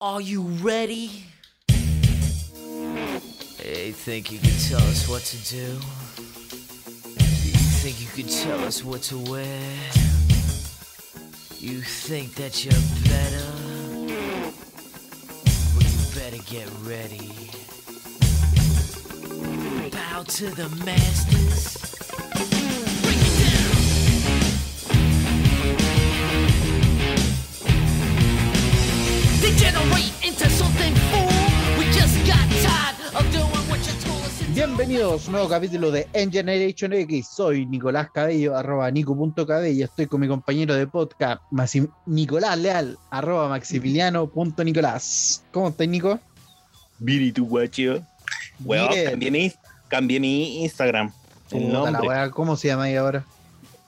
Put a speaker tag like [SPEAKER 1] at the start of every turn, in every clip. [SPEAKER 1] Are you ready? Hey, think you can tell us what to do? Do you think you can tell us what to wear? You think that you're better? Well, you better get ready. Bow to the masters. Degenerate into something fool. We just got tired of doing what you told us. to do.
[SPEAKER 2] Bienvenidos a un nuevo capítulo de Engeneration X. Soy Nicolás Cabello, arroba nico.cabello. Estoy con mi compañero de podcast, Maxi- Nicolás Leal, arroba maximiliano.nicolás. ¿Cómo estás, Nico?
[SPEAKER 3] Viri, tu guacho. Weón,
[SPEAKER 2] Bien.
[SPEAKER 3] cambié mi, cambié mi Instagram. El
[SPEAKER 2] Puta la
[SPEAKER 3] nombre.
[SPEAKER 2] weá, ¿Cómo se llama ahí ahora?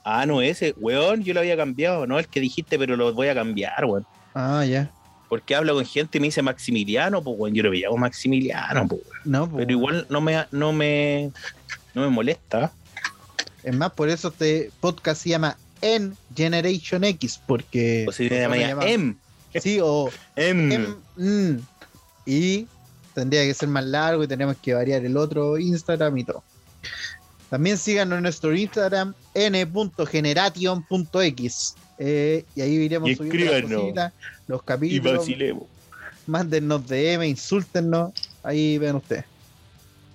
[SPEAKER 3] ah, no, ese. Weón, yo lo había cambiado, no el que dijiste, pero lo voy a cambiar, weón.
[SPEAKER 2] Ah, ya.
[SPEAKER 3] Porque hablo con gente y me dice Maximiliano, pues, weón. Yo lo veía Maximiliano, pues, weón.
[SPEAKER 2] No, pues,
[SPEAKER 3] Pero igual no me, no me, no me molesta.
[SPEAKER 2] es más, por eso este podcast se llama Engeneration X, porque...
[SPEAKER 3] O si me llama
[SPEAKER 2] llama-
[SPEAKER 3] M.
[SPEAKER 2] Sí, o
[SPEAKER 3] M.
[SPEAKER 2] Em, mm. Y tendría que ser más largo y tenemos que variar el otro Instagram y todo. También síganos en nuestro Instagram n.generation.x eh, y ahí iremos
[SPEAKER 3] Y
[SPEAKER 2] las
[SPEAKER 3] escríbanos.
[SPEAKER 2] cositas, los
[SPEAKER 3] Y
[SPEAKER 2] capítulos,
[SPEAKER 3] vacilemos.
[SPEAKER 2] mándennos DM, insúltennos, ahí ven ustedes.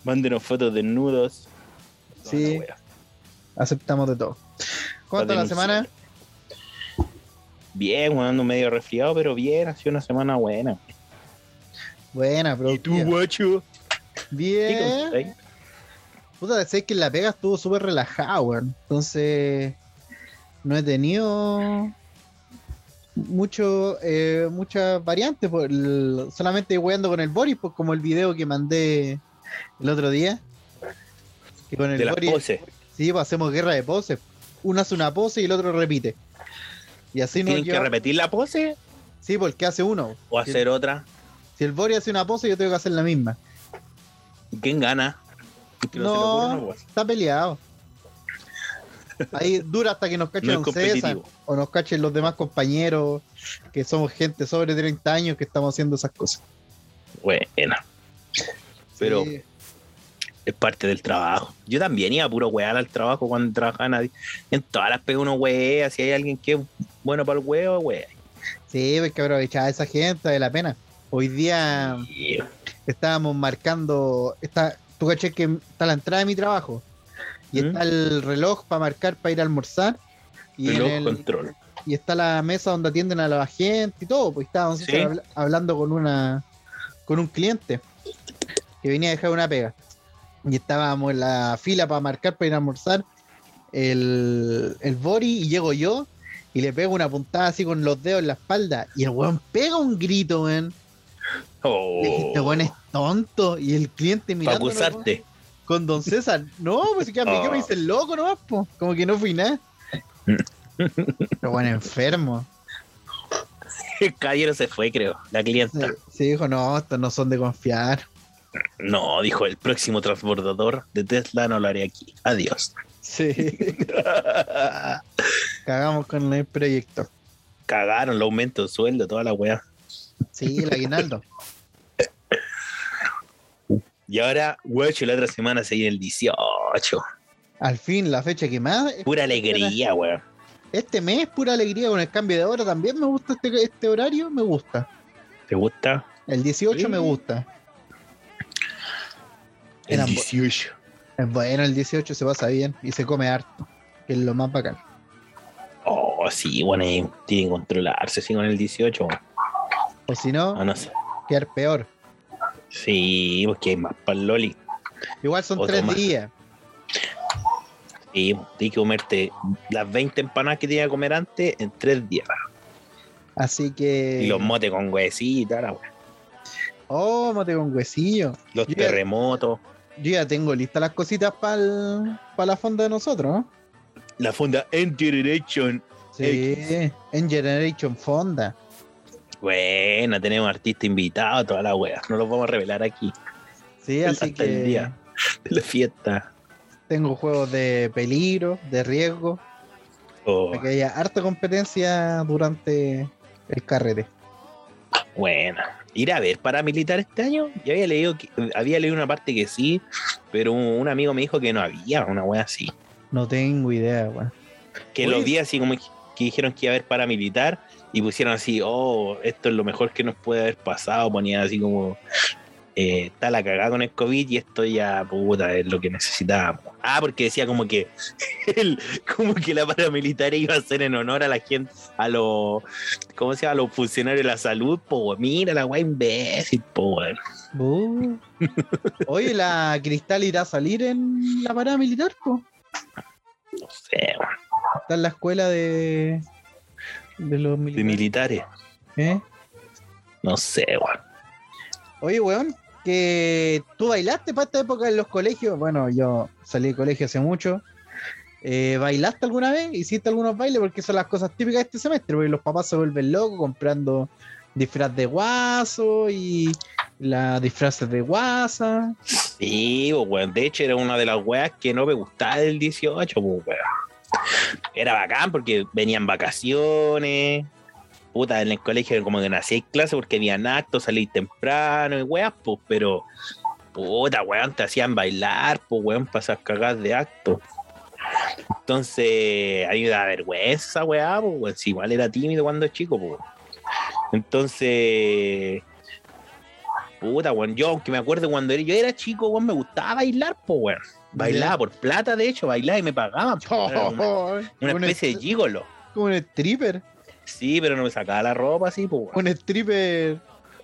[SPEAKER 3] Mándenos fotos desnudos. Toda
[SPEAKER 2] Sí.
[SPEAKER 3] la wea.
[SPEAKER 2] Aceptamos de todo. ¿Cómo está
[SPEAKER 3] Para
[SPEAKER 2] la semana?
[SPEAKER 3] Bien, weón, ando medio resfriado, pero bien, ha sido una semana buena.
[SPEAKER 2] Buena,
[SPEAKER 3] ¿Y tú,
[SPEAKER 2] productiva.
[SPEAKER 3] guacho? ¿Qué
[SPEAKER 2] Bien.
[SPEAKER 3] contáis?
[SPEAKER 2] Puta, sé que en la pega estuvo súper relajado, weón. Entonces, no he tenido mucho, eh, muchas variantes. por el- solamente weando con el Boris, pues como el video que mandé el otro día. Que con el
[SPEAKER 3] De las
[SPEAKER 2] Boris,
[SPEAKER 3] poses.
[SPEAKER 2] sí, pues, hacemos guerra de poses. Uno hace una pose y el otro repite. Y así no
[SPEAKER 3] ¿Tienen que repetir la pose
[SPEAKER 2] Sí, porque hace uno.
[SPEAKER 3] o
[SPEAKER 2] Sí.
[SPEAKER 3] hacer otra?
[SPEAKER 2] Si el Boris hace una pose, yo tengo que hacer la misma.
[SPEAKER 3] ¿Y ¿Quién gana? Que se le ocurra,
[SPEAKER 2] No,
[SPEAKER 3] pues.
[SPEAKER 2] está peleado. Ahí dura hasta que nos cachen
[SPEAKER 3] No es
[SPEAKER 2] a un César
[SPEAKER 3] competitivo.
[SPEAKER 2] o nos cachen los demás compañeros que somos gente sobre 30 años que estamos haciendo esas cosas.
[SPEAKER 3] Buena, Pero-
[SPEAKER 2] Sí,
[SPEAKER 3] es parte del trabajo. Yo también iba a puro wear al trabajo cuando trabajaba nadie. En todas las pegas uno wea, si hay alguien que es bueno para el huevo, wea.
[SPEAKER 2] sí, pues, hay que aprovechar a esa gente, de la pena. Hoy día
[SPEAKER 3] Y-
[SPEAKER 2] estábamos marcando, está, tú caché que está la entrada de mi trabajo y
[SPEAKER 3] ¿Mm?
[SPEAKER 2] está el reloj para marcar para ir a almorzar. Y, en
[SPEAKER 3] reloj
[SPEAKER 2] el-
[SPEAKER 3] control.
[SPEAKER 2] y está la mesa donde atienden a la gente y todo, pues estábamos
[SPEAKER 3] Sí.
[SPEAKER 2] habla- hablando con una con un cliente que venía a dejar una pega. Y estábamos en la fila para marcar para ir a almorzar el, el Bori y llego yo y le pego una puntada así con los dedos en la espalda y el weón pega un grito, weón.
[SPEAKER 3] Oh,
[SPEAKER 2] Le dije, este weón es tonto y el cliente
[SPEAKER 3] para
[SPEAKER 2] mirando
[SPEAKER 3] acusarte.
[SPEAKER 2] con don César. No, pues que me
[SPEAKER 3] Oh.
[SPEAKER 2] quiero hice el loco nomás, po. como que no fui nada. Pero bueno, enfermo.
[SPEAKER 3] El caballero se fue, creo. La
[SPEAKER 2] Sí,
[SPEAKER 3] clienta.
[SPEAKER 2] sí, dijo, no, estos no son de confiar.
[SPEAKER 3] No, dijo el próximo transbordador de Tesla no lo haré aquí. Adiós.
[SPEAKER 2] Sí. Cagamos con el proyecto.
[SPEAKER 3] Cagaron, lo aumento de sueldo, toda la wea.
[SPEAKER 2] Sí, el aguinaldo.
[SPEAKER 3] Y ahora, guacho, la otra semana se viene el 18.
[SPEAKER 2] Al fin, la fecha que más.
[SPEAKER 3] Pura alegría, weón.
[SPEAKER 2] Este mes, pura alegría con el cambio de hora. También me gusta este, este horario, me gusta.
[SPEAKER 3] ¿Te gusta?
[SPEAKER 2] El 18 me
[SPEAKER 3] Sí.
[SPEAKER 2] gusta.
[SPEAKER 3] El
[SPEAKER 2] Eran bu-
[SPEAKER 3] 18.
[SPEAKER 2] Es bueno, el 18 se pasa bien y se come harto, que es lo más bacán.
[SPEAKER 3] Oh, sí, bueno, ahí tiene que controlarse, sí, con el 18. weón.
[SPEAKER 2] O si no,
[SPEAKER 3] Ah, no sé.
[SPEAKER 2] quedar peor.
[SPEAKER 3] Sí, porque hay más para el Loli.
[SPEAKER 2] Igual son
[SPEAKER 3] O
[SPEAKER 2] tres
[SPEAKER 3] tomar.
[SPEAKER 2] días.
[SPEAKER 3] Sí, tienes que comerte las 20 empanadas que tenía que comer antes en 3 días.
[SPEAKER 2] Así que.
[SPEAKER 3] Y los motes con huesita, la weá.
[SPEAKER 2] Oh, mate con huesillo.
[SPEAKER 3] los
[SPEAKER 2] Yo ya-
[SPEAKER 3] terremotos.
[SPEAKER 2] Yo ya tengo listas las cositas para la fonda de nosotros, ¿no?
[SPEAKER 3] La funda Generation.
[SPEAKER 2] Sí, en Generation Fonda.
[SPEAKER 3] Buena, tenemos artistas invitados, toda la wea. No los vamos a revelar aquí.
[SPEAKER 2] Sí,
[SPEAKER 3] El-
[SPEAKER 2] así
[SPEAKER 3] hasta el
[SPEAKER 2] que
[SPEAKER 3] día. De la fiesta.
[SPEAKER 2] tengo juegos de peligro, de riesgo,
[SPEAKER 3] Oh,
[SPEAKER 2] para que haya harta competencia durante el carrete.
[SPEAKER 3] Bueno, ir a ver paramilitar este año. Yo había leído, que- había leído una parte que sí, pero un amigo me dijo que no había una wea así.
[SPEAKER 2] No tengo idea, weón.
[SPEAKER 3] Que
[SPEAKER 2] Oye.
[SPEAKER 3] los días así como que dijeron que iba a haber paramilitar y pusieron así, oh, esto es lo mejor que nos puede haber pasado. Ponían así como, eh, está la cagada con el COVID y esto ya, puta, es lo que necesitábamos. Ah, porque decía como que, el- como que la paramilitar iba a ser en honor a la gente, a los, ¿cómo se llama? A los funcionarios de la salud, po, mira la wea imbécil, po, weón.
[SPEAKER 2] Uh. Oye, la Cristal irá a salir en la parada militar, po.
[SPEAKER 3] no sé, weón,
[SPEAKER 2] Está en la escuela de. de los
[SPEAKER 3] de
[SPEAKER 2] militares.
[SPEAKER 3] militares,
[SPEAKER 2] ¿eh?
[SPEAKER 3] no sé, weón.
[SPEAKER 2] Oye, weón, que tú bailaste para esta época en los colegios. Bueno, yo salí de colegio hace mucho. Eh, ¿Bailaste alguna vez? ¿Hiciste algunos bailes? Porque son las cosas típicas de este semestre, porque los papás se vuelven locos comprando disfraz de guaso y las disfraces de guasa.
[SPEAKER 3] Sí, pues, weón. De hecho, era una de las weas que no me gustaba del 18, pues, weón. Era bacán porque venían vacaciones. Puta, en el colegio como que nací en clase porque habían actos, salí temprano y weas, pues, pero. Puta, weón, te hacían bailar, pues, weón, pasas cagadas de acto. Entonces, ahí me da vergüenza, weá, pues, weón. Si igual era tímido cuando chico, pues. Entonces. Puta, weón. Yo, aunque me acuerdo cuando era- yo era chico, weón, me gustaba bailar, po, weón. Bailaba por plata, de hecho, bailaba y me pagaban. po. Era una, una
[SPEAKER 2] Un
[SPEAKER 3] especie de
[SPEAKER 2] stri-
[SPEAKER 3] gigolo.
[SPEAKER 2] como un stripper,
[SPEAKER 3] Sí, pero no me sacaba la ropa así, po, weón.
[SPEAKER 2] un stripper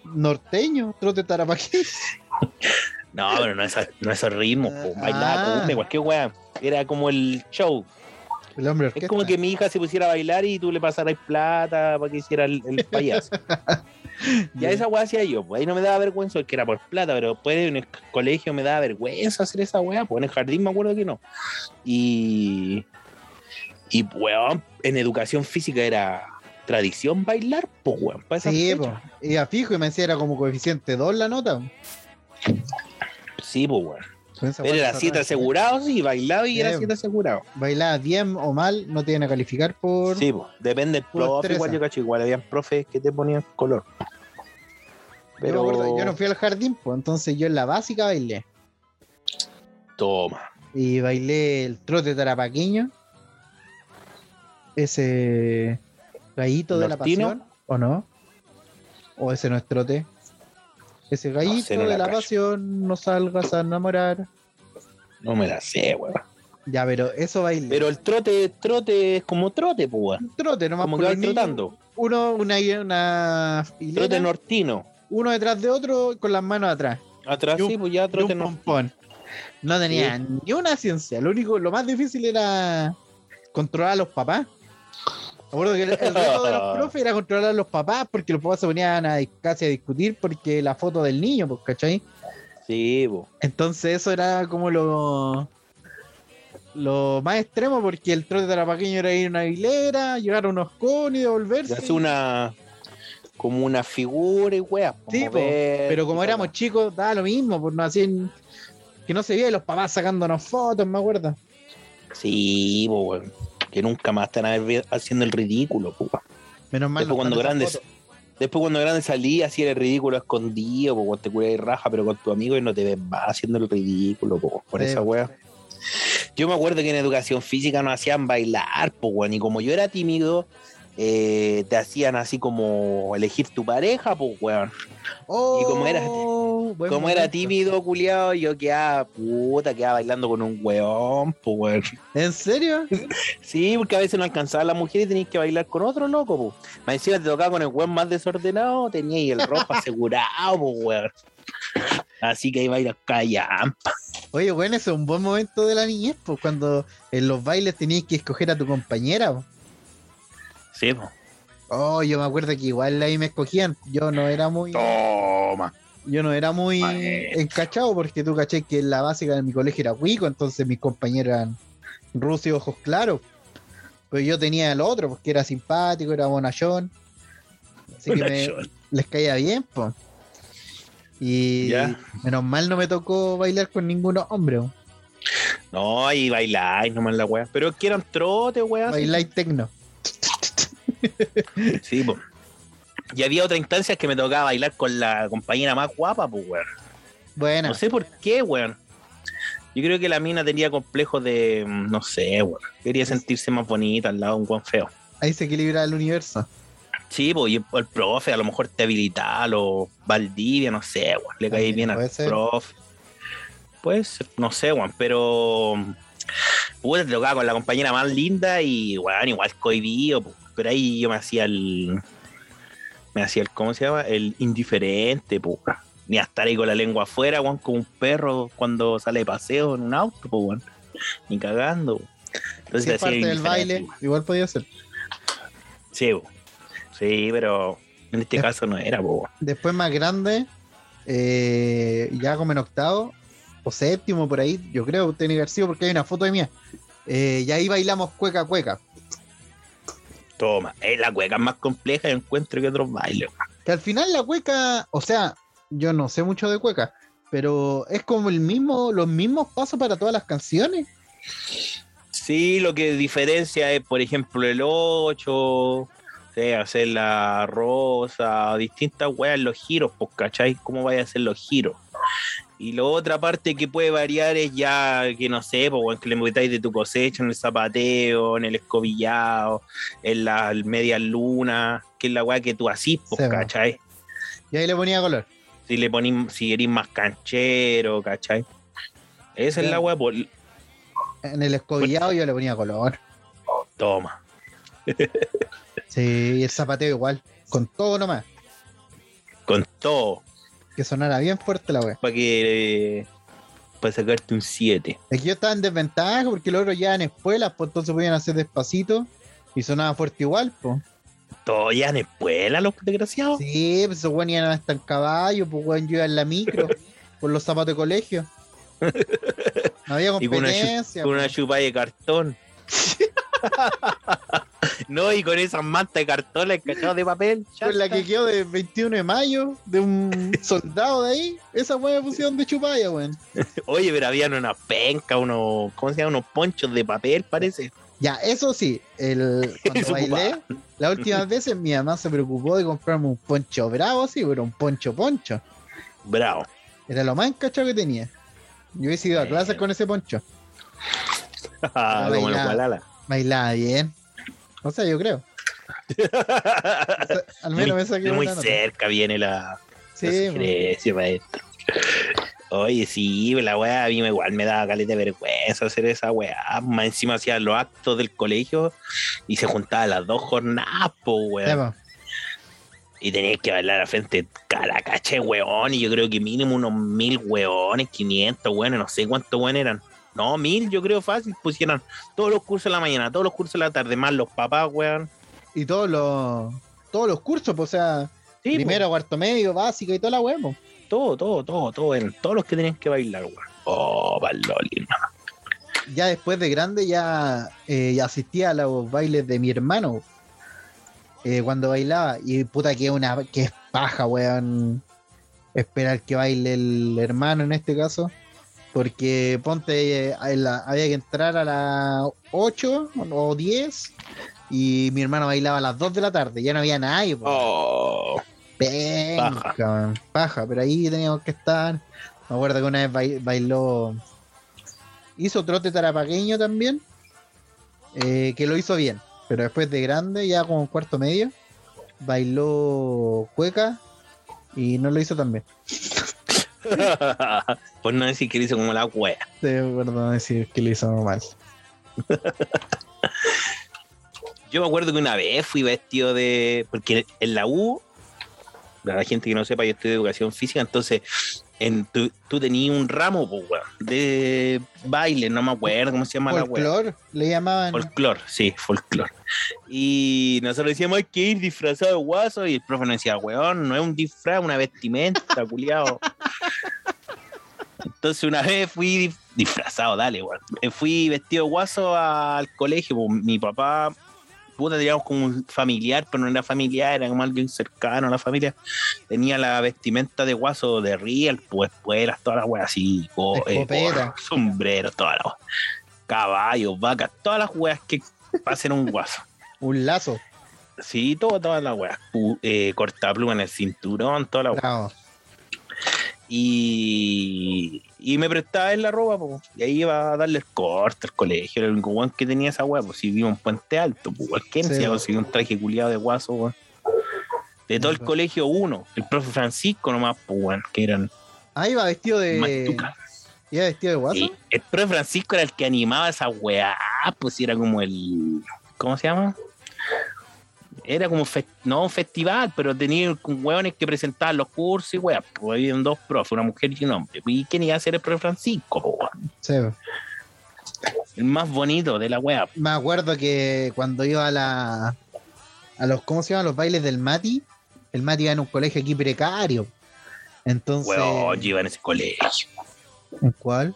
[SPEAKER 2] norteño, trote tarapaquí.
[SPEAKER 3] No, pero no esos, no esos ritmos, po. Bailaba,
[SPEAKER 2] Ah.
[SPEAKER 3] cumbia, cualquier weón. Era como el show.
[SPEAKER 2] El hombre
[SPEAKER 3] Es
[SPEAKER 2] orquesta.
[SPEAKER 3] como que mi hija se pusiera a bailar y tú le pasaras plata para que hiciera el, el payaso. Ya esa weá hacía yo, pues ahí no me daba vergüenza porque era por plata, pero después en el colegio me daba vergüenza hacer esa weá, pues en el jardín me acuerdo que no. Y. Y weón, en educación física era tradición bailar, pues weón, para esas
[SPEAKER 2] Sí,
[SPEAKER 3] fechas.
[SPEAKER 2] po. Y a fijo, y me decía, era como coeficiente 2 la nota.
[SPEAKER 3] Sí, pues weón.
[SPEAKER 2] Con esa
[SPEAKER 3] Era
[SPEAKER 2] guata
[SPEAKER 3] la siete
[SPEAKER 2] cerrada.
[SPEAKER 3] asegurado, sí, bailaba y era
[SPEAKER 2] Sí.
[SPEAKER 3] siete asegurado.
[SPEAKER 2] Bailaba bien o mal, no te iban a calificar por.
[SPEAKER 3] Sí, pues, depende del
[SPEAKER 2] Pura
[SPEAKER 3] profe, igual
[SPEAKER 2] destreza.
[SPEAKER 3] yo cacho, igual habían profes que te ponían color.
[SPEAKER 2] Yo, me acuerdo, yo no fui al jardín, pues entonces yo en la básica bailé.
[SPEAKER 3] Toma.
[SPEAKER 2] Y bailé el trote tarapaqueño. Ese gallito de la
[SPEAKER 3] ¿Nortino?
[SPEAKER 2] pasión, ¿o no? O ese no es trote. Ese gallito
[SPEAKER 3] sé, no
[SPEAKER 2] de
[SPEAKER 3] la
[SPEAKER 2] la
[SPEAKER 3] cacho.
[SPEAKER 2] pasión, no salgas a enamorar.
[SPEAKER 3] No me la sé, weón.
[SPEAKER 2] Ya, pero eso bailé.
[SPEAKER 3] Pero el trote, trote es como trote, pues, weón.
[SPEAKER 2] Un trote, nomás
[SPEAKER 3] Como que
[SPEAKER 2] por
[SPEAKER 3] van
[SPEAKER 2] los niños.
[SPEAKER 3] trotando.
[SPEAKER 2] Uno, una, una hilera,
[SPEAKER 3] Trote nortino.
[SPEAKER 2] uno detrás de otro con las manos atrás.
[SPEAKER 3] Atrás
[SPEAKER 2] Y un-
[SPEAKER 3] sí, pues ya
[SPEAKER 2] y un
[SPEAKER 3] trote nortino.
[SPEAKER 2] pompón. No tenía ni una ciencia. Lo único, lo más difícil era controlar a los papás. Me acuerdo que el, el reto de los profes era controlar a los papás porque los papás se ponían a, dis- casi a discutir porque la foto del niño, pues, ¿cachai?
[SPEAKER 3] Sí, pues.
[SPEAKER 2] Entonces eso era como lo lo más extremo porque el trote tarapaqueño era ir a una hilera, llegar a unos conos y
[SPEAKER 3] Se
[SPEAKER 2] devolverse.
[SPEAKER 3] hace una. Como una figura y weas. pues,
[SPEAKER 2] Sí, po,
[SPEAKER 3] mover,
[SPEAKER 2] Pero como
[SPEAKER 3] y
[SPEAKER 2] éramos
[SPEAKER 3] todo.
[SPEAKER 2] chicos, daba lo mismo, pues no hacían que no se veía y los papás sacándonos fotos, me acuerdo.
[SPEAKER 3] Sí, pues, weón. Que nunca más están a ver haciendo el ridículo, pues. weón.
[SPEAKER 2] Menos mal.
[SPEAKER 3] Después
[SPEAKER 2] no
[SPEAKER 3] cuando
[SPEAKER 2] están esas
[SPEAKER 3] grandes.
[SPEAKER 2] fotos.
[SPEAKER 3] Después cuando grandes salí, así era el ridículo escondido, pues, weón, te curas y raja, pero con tu amigo y no te ves más haciendo el ridículo, pues, weón, por
[SPEAKER 2] Sí,
[SPEAKER 3] esa
[SPEAKER 2] po.
[SPEAKER 3] wea. Yo me acuerdo que en educación física nos hacían bailar, pues, weón. Y como yo era tímido, eh, te hacían así como elegir tu pareja, pues, weón. Y como era-
[SPEAKER 2] Oh, buen
[SPEAKER 3] como era
[SPEAKER 2] momento.
[SPEAKER 3] tímido, culiado, yo quedaba puta, quedaba bailando con un weón, pues, weón.
[SPEAKER 2] ¿En serio?
[SPEAKER 3] Sí, porque a veces no alcanzaba la mujer y tenías que bailar con otro loco, pues. Me encima te tocaba con el weón más desordenado, tenías el ropa asegurado, pues, weón. Así que ahí bailas callan.
[SPEAKER 2] Oye, bueno, ese es un buen momento de la niñez, pues cuando en los bailes tenías que escoger a tu compañera. po.
[SPEAKER 3] Sí, pues.
[SPEAKER 2] Oh, yo me acuerdo que igual ahí me escogían. Yo no era muy.
[SPEAKER 3] Toma.
[SPEAKER 2] Yo no era muy
[SPEAKER 3] Maestro.
[SPEAKER 2] encachado porque tú caché que en la básica de mi colegio era cuico, entonces mis compañeros eran rusos y ojos claros. Pero yo tenía el otro porque era simpático, era bonachón. Así que me- les caía bien, po. Y
[SPEAKER 3] Ya.
[SPEAKER 2] menos mal no me tocó bailar con ningún hombre. po.
[SPEAKER 3] No, y bailáis nomás la weá. Pero es Ah, que eran trote, weá.
[SPEAKER 2] Bailar y tecno.
[SPEAKER 3] Sí, po. Y había otras instancias que me tocaba bailar con la compañera más guapa, pues, weón.
[SPEAKER 2] Buena.
[SPEAKER 3] No sé por qué, weón. Yo creo que la mina tenía complejo de, mm, no sé, weón. Quería sentirse más bonita al lado de un guan feo.
[SPEAKER 2] Ahí se equilibra el universo.
[SPEAKER 3] Sí, pues, y el profe, a lo mejor te habilital o Valdivia, no sé, weón. Le caí
[SPEAKER 2] También
[SPEAKER 3] bien
[SPEAKER 2] puede
[SPEAKER 3] al
[SPEAKER 2] ser.
[SPEAKER 3] profe. Pues, no sé, weón, pero. Puta, te tocaba con la compañera más linda y, weón, igual cohibido, pues. Pero ahí yo me hacía el. Me hacía el, ¿cómo se llama? El indiferente, pues. weón. Ni a estar ahí con la lengua afuera, weón, como un perro cuando sale de paseo en un auto, pues, weón. Ni cagando, weón. Entonces
[SPEAKER 2] Si
[SPEAKER 3] te
[SPEAKER 2] es
[SPEAKER 3] hacía
[SPEAKER 2] parte del
[SPEAKER 3] indiferente,
[SPEAKER 2] baile,
[SPEAKER 3] weón.
[SPEAKER 2] igual podía ser.
[SPEAKER 3] Sí, po. sí, pero en este
[SPEAKER 2] Es-
[SPEAKER 3] caso no era, po.
[SPEAKER 2] Después más grande, eh, ya como en octavo o séptimo por ahí, yo creo, tiene que haber sido porque hay una foto de mía. Eh, y ahí bailamos cueca cueca.
[SPEAKER 3] Toma, es la cueca más compleja que encuentro que otros bailes. po.
[SPEAKER 2] Que al final la cueca, o sea, yo no sé mucho de cueca, pero es como el mismo, los mismos pasos para todas las canciones.
[SPEAKER 3] Sí, lo que diferencia es, por ejemplo, el 8, hacer la rosa, distintas weas, los giros, pues, ¿cachai? ¿Cómo vaya a hacer los giros? Y la otra parte que puede variar es ya que no sé, pues, weón, que le metáis de tu cosecha en el zapateo, en el escobillado, en la media luna, que es la wea que tú asís,
[SPEAKER 2] Sí,
[SPEAKER 3] pues,
[SPEAKER 2] po.
[SPEAKER 3] ¿cachai?
[SPEAKER 2] Y ahí le ponía color.
[SPEAKER 3] si le poní, si eres más canchero, ¿cachai? Esa es
[SPEAKER 2] Claro.
[SPEAKER 3] la weá, pues, por
[SPEAKER 2] En el escobillado yo le ponía color.
[SPEAKER 3] toma.
[SPEAKER 2] Sí, y el zapateo igual, con todo nomás.
[SPEAKER 3] Con todo.
[SPEAKER 2] Que sonara bien fuerte la wea.
[SPEAKER 3] Para que para sacarte un 7.
[SPEAKER 2] Es que yo estaba en desventaja porque los otros ya en escuelas, pues entonces podían hacer despacito y sonaba fuerte igual, pues.
[SPEAKER 3] Todo ya en escuela, los desgraciados.
[SPEAKER 2] Sí, pues esos weones iban hasta en caballo, pues weón, yo iba en la micro, por los zapatos de colegio. No había
[SPEAKER 3] Y con una, chu-
[SPEAKER 2] competencia.
[SPEAKER 3] con una
[SPEAKER 2] pues.
[SPEAKER 3] chupa de cartón. no, y con esas mantas de cartón, cachados de papel.
[SPEAKER 2] pues, Con la que
[SPEAKER 3] chanta.
[SPEAKER 2] quedó de 21 de mayo, de un soldado de ahí, esa weá me pusieron de chupalla, weón.
[SPEAKER 3] Oye, pero habían una penca, unos, ¿cómo se llama? Unos ponchos de papel, parece.
[SPEAKER 2] Ya, eso sí, el, cuando
[SPEAKER 3] Eso
[SPEAKER 2] bailé, las últimas veces mi mamá se preocupó de comprarme un poncho bravo, sí, pero un poncho poncho.
[SPEAKER 3] Bravo.
[SPEAKER 2] Era lo más encachado que tenía. Yo he ido a
[SPEAKER 3] Bueno.
[SPEAKER 2] clases con ese poncho.
[SPEAKER 3] Como el
[SPEAKER 2] bailaba.
[SPEAKER 3] Walala.
[SPEAKER 2] Bailaba bien. O sea, yo creo. O sea, al menos me saqué
[SPEAKER 3] De muy
[SPEAKER 2] buena nota.
[SPEAKER 3] cerca viene la,
[SPEAKER 2] Sí,
[SPEAKER 3] la
[SPEAKER 2] po.
[SPEAKER 3] sugerencia, maestro. Oye, sí, la weá a mí me- igual me daba caleta de vergüenza hacer esa weá. Más encima hacía los actos del colegio y se juntaban las dos jornadas, po,
[SPEAKER 2] pues. Ya,
[SPEAKER 3] weón.
[SPEAKER 2] po.
[SPEAKER 3] Y tenías que bailar a frente cada caché, weón. Y yo creo que mínimo unos mil weones, 500 weones, no sé cuántos weones eran. No, mil, yo creo fácil. Pusieron todos los cursos de la mañana, todos los cursos de la tarde, más los papás, weón.
[SPEAKER 2] Y todos los todos los cursos, po, o sea,
[SPEAKER 3] Sí, pues. po.
[SPEAKER 2] primero, cuarto medio, básico y toda la wea, pues. po.
[SPEAKER 3] Todo, todo, todo, todo. Eran todos los que tenían que bailar, weón. Oh, palolín.
[SPEAKER 2] Ya después de grande ya, eh, ya asistía a los bailes de mi hermano eh, cuando bailaba. Y puta que una que es paja, weón. Esperar que baile el hermano en este caso. Porque ponte, eh, a la- había que entrar a las 8 o 10 y mi hermano bailaba a las 2 de la tarde. Ya no había nadie. po.
[SPEAKER 3] Oh,
[SPEAKER 2] Penca, man, paja, pero ahí teníamos que estar. Me acuerdo que una vez bai- bailó. Hizo trote tarapaqueño también. eh, que lo hizo bien. Pero después de grande, ya como cuarto medio, bailó cueca y no lo hizo tan bien.
[SPEAKER 3] pues no decir que le hizo como la wea.
[SPEAKER 2] Te perdón decir que lo hizo mal.
[SPEAKER 3] Yo me acuerdo que una vez fui vestido de. Porque en la U, para la gente que no sepa, yo estudio educación física, entonces en, tú, tú tenías un ramo po, weón, de baile, no me acuerdo cómo se llama la wea.
[SPEAKER 2] Folclor le llamaban.
[SPEAKER 3] Folclor, sí, folclor. Y nosotros decíamos, hay que ir disfrazado de guaso. Y el profe nos decía, weón, no es un disfraz, una vestimenta, culiao. Entonces una vez fui dif- disfrazado, dale, weón. Eh, Fui vestido de guaso al colegio. pues, Mi papá, puta, digamos como un familiar, pero no era familiar, era como alguien cercano a la familia. Tenía la vestimenta de guaso de riel, pues, espuelas, todas las weas así, go- eh,
[SPEAKER 2] Escopeta.
[SPEAKER 3] gorro, sombrero, todas las weas. Caballos, vacas, todas las weas que pasen un guaso.
[SPEAKER 2] Un lazo.
[SPEAKER 3] Sí, todo, toda la weá. Pu- eh, cortapluma en el cinturón, toda la weá.
[SPEAKER 2] Bravo.
[SPEAKER 3] Y, y me prestaba él la ropa, po. y ahí iba a darle el corte al colegio. Era el único weón que tenía esa weá, pues si vivo en Puente Alto, pues cualquiera
[SPEAKER 2] Sí,
[SPEAKER 3] se
[SPEAKER 2] po.
[SPEAKER 3] conseguido un traje culiado de guaso, weón. De todo el
[SPEAKER 2] Ujú.
[SPEAKER 3] colegio, uno, el profe Francisco nomás, pues weón, que eran
[SPEAKER 2] Ah, iba vestido de.
[SPEAKER 3] machucas.
[SPEAKER 2] Iba vestido de guaso.
[SPEAKER 3] Sí, el profe Francisco era el que animaba esa weá, pues era como el. ¿Cómo se llama? Era como fes- no un festival, pero tenía con hueones que presentaban los cursos y weá. Pues habían dos profes, una mujer y un hombre. ¿Y quién iba a ser el profe Francisco? po, weón?
[SPEAKER 2] Sí.
[SPEAKER 3] El más bonito de la weá.
[SPEAKER 2] Me acuerdo que cuando iba a la. a los, ¿cómo se llaman? Los bailes del Mati. El Mati iba en un colegio aquí precario. Entonces.
[SPEAKER 3] Weón, yo iba en ese colegio.
[SPEAKER 2] ¿en ¿Cuál?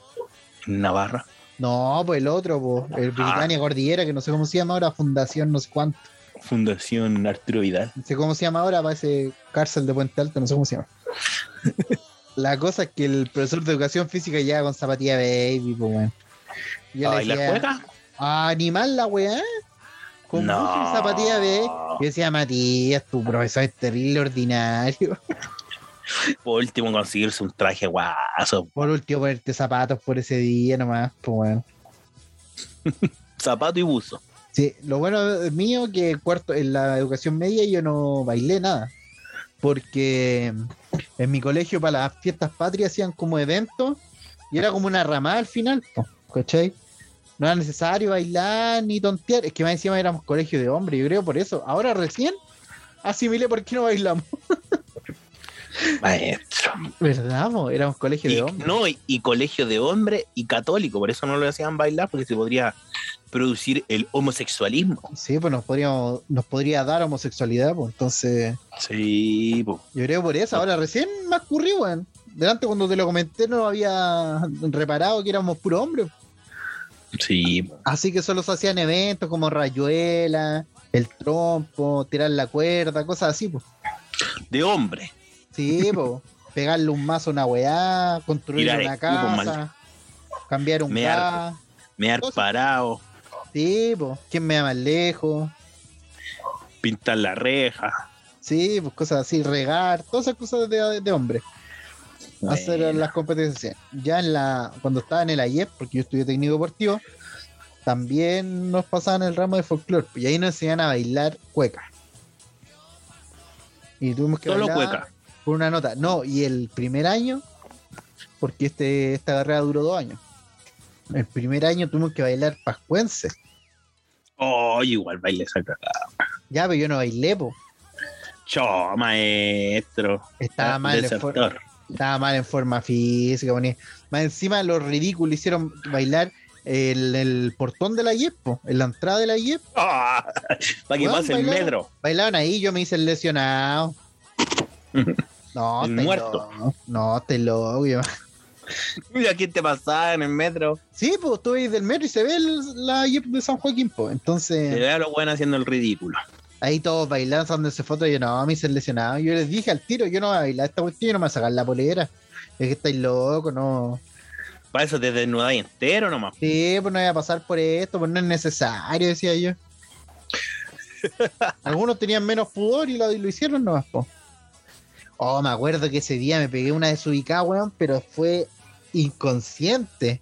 [SPEAKER 3] En Navarra.
[SPEAKER 2] No, pues el otro, po,
[SPEAKER 3] Ah.
[SPEAKER 2] el Britannia Cordillera, que no sé cómo se llama ahora, Fundación, no sé cuánto.
[SPEAKER 3] Fundación Arturo Vidal.
[SPEAKER 2] No sé cómo se llama ahora, parece cárcel de Puente Alto, no sé cómo se llama. la cosa es que el profesor de educación física llega con zapatilla baby, pues, weón. Y yo le
[SPEAKER 3] Ay, la
[SPEAKER 2] decía,
[SPEAKER 3] juega?
[SPEAKER 2] "Ah, animal la weá. Con
[SPEAKER 3] No.
[SPEAKER 2] mucho zapatilla baby. Yo decía, Matías, tu profesor es terrible, ordinario.
[SPEAKER 3] Por último, conseguirse un traje guaso.
[SPEAKER 2] Por último, ponerte zapatos por ese día nomás, pues, weón.
[SPEAKER 3] Zapato y buzo.
[SPEAKER 2] Sí, lo bueno mío que cuarto en la educación media yo no bailé nada. Porque en mi colegio para las fiestas patrias hacían como eventos y era como una ramada al final, po, ¿cachai? No era necesario bailar ni tontear. Es que más encima éramos colegio de hombres, yo creo por eso. Ahora recién asimilé por qué no bailamos.
[SPEAKER 3] Maestro.
[SPEAKER 2] ¿Verdad, po? Éramos colegio
[SPEAKER 3] Y-
[SPEAKER 2] de hombres.
[SPEAKER 3] No, y, y colegio de hombre y católico, por eso no lo hacían bailar, porque se podría producir el homosexualismo.
[SPEAKER 2] Sí, pues nos, podríamos, nos podría dar homosexualidad, pues entonces...
[SPEAKER 3] Sí,
[SPEAKER 2] Yo creo por eso, ahora recién más currí, weón. Delante cuando te lo comenté no había reparado que éramos puro hombre.
[SPEAKER 3] sí. po.
[SPEAKER 2] Así que solo se hacían eventos como rayuela, el trompo, tirar la cuerda, cosas así, pues.
[SPEAKER 3] De hombre.
[SPEAKER 2] Sí, pues. Pegarle un mazo a una weá, construir
[SPEAKER 3] Tirar
[SPEAKER 2] una
[SPEAKER 3] equipo,
[SPEAKER 2] casa,
[SPEAKER 3] mal.
[SPEAKER 2] cambiar un
[SPEAKER 3] Mear.
[SPEAKER 2] carro.
[SPEAKER 3] Me
[SPEAKER 2] Cosas.
[SPEAKER 3] parado,
[SPEAKER 2] Sí, pues. ¿Quién me da más lejos?
[SPEAKER 3] pintar la reja.
[SPEAKER 2] Sí, pues cosas así, regar, todas esas cosas de, de hombre. hacer
[SPEAKER 3] Bueno,
[SPEAKER 2] las competencias. Ya en la, cuando estaba en el AIEP, porque yo estudié técnico deportivo, también nos pasaban el ramo de folclore. Y ahí nos enseñaban a bailar cueca. Y tuvimos que
[SPEAKER 3] Solo
[SPEAKER 2] bailar
[SPEAKER 3] cueca.
[SPEAKER 2] por una nota. No, y el primer año, porque este, esta carrera duró dos años. El primer año tuvimos que bailar pascuense.
[SPEAKER 3] Oh, igual baile esa cagada.
[SPEAKER 2] Ya, pero yo no bailé, po.
[SPEAKER 3] Cho, maestro.
[SPEAKER 2] Estaba mal, en for-
[SPEAKER 3] Ah, Desertor.
[SPEAKER 2] estaba mal en forma física. ponía- Más encima, los ridículos hicieron bailar el, el portón de la IEP, po, en la entrada de la IEP.
[SPEAKER 3] Ah, para que
[SPEAKER 2] Weón,
[SPEAKER 3] pase el
[SPEAKER 2] bailaron.
[SPEAKER 3] metro.
[SPEAKER 2] Bailaron ahí, yo me hice el lesionado. No,
[SPEAKER 3] El
[SPEAKER 2] estáis
[SPEAKER 3] muerto.
[SPEAKER 2] loco. No, te lo
[SPEAKER 3] Mira quién te pasaba en el metro.
[SPEAKER 2] Sí, pues estoy del metro y se ve el- la IEP de San Joaquín, po. Entonces,
[SPEAKER 3] Se ve a los buenos haciendo el ridículo.
[SPEAKER 2] ahí todos bailando, dándose fotos. Yo no, me hice el lesionado. Yo les dije al tiro, yo no voy a bailar esta cuestión, yo no me voy a sacar la polera. Es que estáis loco, no.
[SPEAKER 3] Para eso te desnudáis entero nomás.
[SPEAKER 2] Sí, pues no voy a pasar por esto, pues no es necesario, decía yo. Algunos tenían menos pudor y lo, y lo hicieron nomás, po. Oh, me acuerdo que ese día me pegué una desubicada, weón, pero fue inconsciente.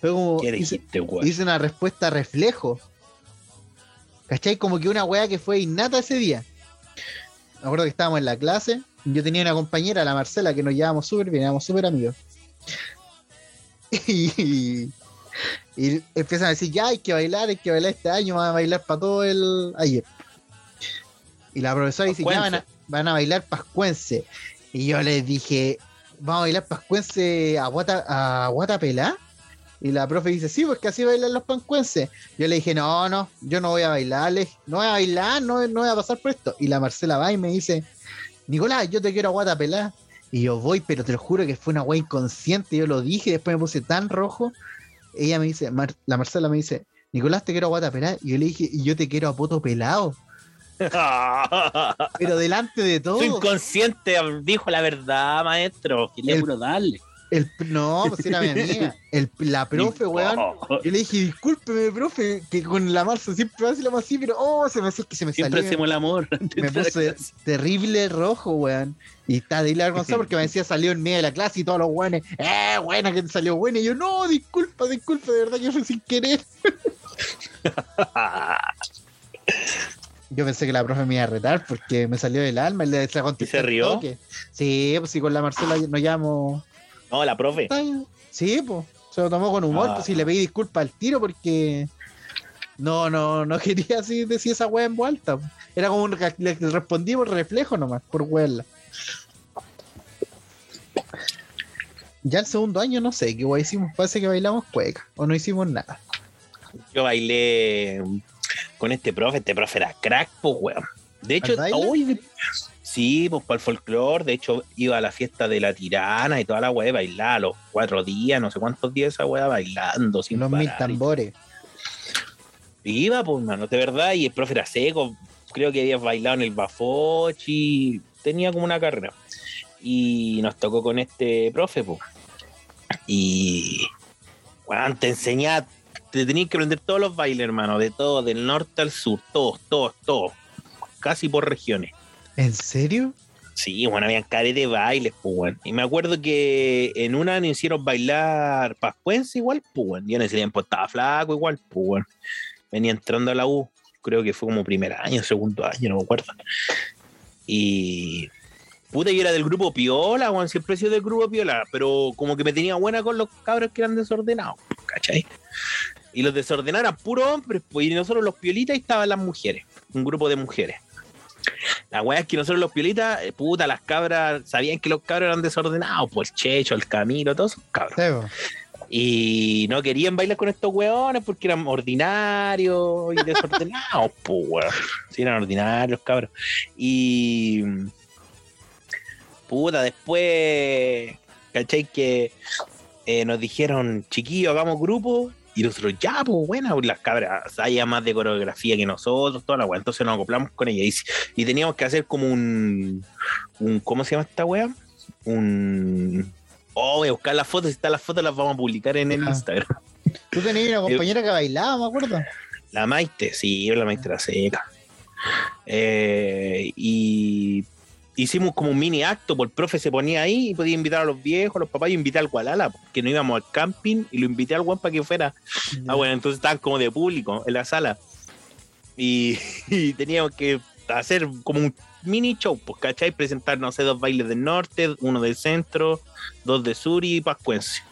[SPEAKER 2] Fue como.
[SPEAKER 3] ¿Qué
[SPEAKER 2] hice-
[SPEAKER 3] dijiste, weón?
[SPEAKER 2] hice una respuesta reflejo. ¿Cachai? Como que una weá que fue innata ese día. Me acuerdo que estábamos en la clase. Yo tenía una compañera, la Marcela, que nos llevábamos súper bien, éramos súper amigos. Y, y empiezan a decir, ya hay que bailar, hay que bailar este año, van a bailar para todo el ayer. Y la profesora dice, ya van a, van a bailar pascuense. Y yo les dije, vamos a bailar pascuense a guata, a guata pelá. Y la profe dice, sí, pues que así bailan los pascuenses. Yo le dije, no, no, yo no voy a bailar, le dije, no voy a bailar, no, no voy a pasar por esto. Y la Marcela va y me dice, Nicolás, yo te quiero a guata pelá. Y yo voy, pero te lo juro que fue una wea inconsciente, yo lo dije, después me puse tan rojo. Ella me dice, Mar- la Marcela me dice, Nicolás, te quiero a guata pelá. Y yo le dije, yo te quiero a poto pelado.
[SPEAKER 3] Ah.
[SPEAKER 2] Pero delante de todo.
[SPEAKER 3] Su inconsciente dijo la verdad, maestro. Quería
[SPEAKER 2] El-
[SPEAKER 3] puro darle.
[SPEAKER 2] El, no, pues era mi amiga. El, la profe, weón.
[SPEAKER 3] Oh,
[SPEAKER 2] Yo le dije, discúlpeme, profe, que con la marzo siempre hacemos así, pero oh, se me hace que se me
[SPEAKER 3] Siempre
[SPEAKER 2] salió.
[SPEAKER 3] hacemos el amor. antes
[SPEAKER 2] Me
[SPEAKER 3] de la
[SPEAKER 2] puse
[SPEAKER 3] clase.
[SPEAKER 2] terrible rojo, weón. Y está de hilar Gonzalo porque me decía salió en medio de la clase y todos los weones, eh, buena que te salió buena. Y yo, no, disculpa, disculpa, de verdad que fue sin querer. Yo pensé que la profe me iba a retar porque me salió del alma. Y le se la contesté
[SPEAKER 3] se
[SPEAKER 2] al
[SPEAKER 3] rió?
[SPEAKER 2] toque. Sí, pues si con la Marcela nos llamo.
[SPEAKER 3] No, la profe.
[SPEAKER 2] Sí, pues. Se lo tomó con humor,
[SPEAKER 3] Ah.
[SPEAKER 2] pues si le pedí disculpas al tiro porque no, no, no quería así decir esa wea en vuelta. po. Era como un re- le respondí por reflejo nomás, por huella. Ya el segundo año no sé qué wea hicimos, parece que bailamos cueca o no hicimos nada.
[SPEAKER 3] Yo bailé con este profe. Este profe era crack, pues, weón. De hecho,
[SPEAKER 2] ¿Al baile?
[SPEAKER 3] uy, sí, pues para el folclore. De hecho, iba a la fiesta de la tirana y toda la weá bailaba los cuatro días, no sé cuántos días esa weá bailando. Sin
[SPEAKER 2] Los mil
[SPEAKER 3] parar.
[SPEAKER 2] tambores.
[SPEAKER 3] Iba, pues, mano, de verdad. Y el profe era seco. Creo que había bailado en el Bafochi. Tenía como una carrera. Y nos tocó con este profe, pues. Y. Juan, te enseñaba. Te tenías que aprender todos los bailes, hermano. De todo, del norte al sur. Todos, todos, todos. Casi por regiones.
[SPEAKER 2] ¿En serio?
[SPEAKER 3] Sí, bueno, habían caretes de bailes, pues, weón. Y me acuerdo que en una nos hicieron bailar pascuense igual, pues, weón. Yo en ese tiempo estaba flaco igual, pues, weón. Venía entrando a la U, creo que fue como primer año, segundo año, no me acuerdo. Y... Puta, yo era del grupo Piola, weón. Siempre he sido del grupo Piola, pero como que me tenía buena con los cabros que eran desordenados, ¿cachai? Y los desordenados eran puros hombres, pues, y nosotros los piolitas y estaban las mujeres, un grupo de mujeres. La weá es que nosotros los piolitas, eh, puta, las cabras, sabían que los cabros eran desordenados, pues el Checho, el Camilo, todos esos cabros.
[SPEAKER 2] Sebo.
[SPEAKER 3] Y no querían bailar con estos weones porque eran ordinarios y desordenados, pues weón. Sí, eran ordinarios, cabros. Y. mm, Puta, después. ¿Cachai? Que eh, nos dijeron, chiquillos, hagamos grupo. Y nosotros, ya, pues buena, pues, las cabras, sabían más de coreografía que nosotros, toda la weá. Entonces nos acoplamos con ella. Y, si- y teníamos que hacer como un, un. ¿Cómo se llama esta weá? Un. Oh, voy a buscar las fotos. Si están las fotos, las vamos a publicar en el
[SPEAKER 2] Ajá.
[SPEAKER 3] Instagram.
[SPEAKER 2] Tú tenías una compañera que bailaba, me acuerdo.
[SPEAKER 3] La Maite, sí, la Maite la seca. Eh, y hicimos como un mini acto, por el profe se ponía ahí y podía invitar a los viejos, a los papás, y invitar al Gualala, porque no íbamos al camping y lo invité al Juan para que fuera. Ah, bueno, entonces estaban como de público en la sala. Y, y teníamos que hacer como un mini show, pues, ¿cachai? Presentar, no sé, dos bailes del norte, uno del centro, dos de sur y pascuense.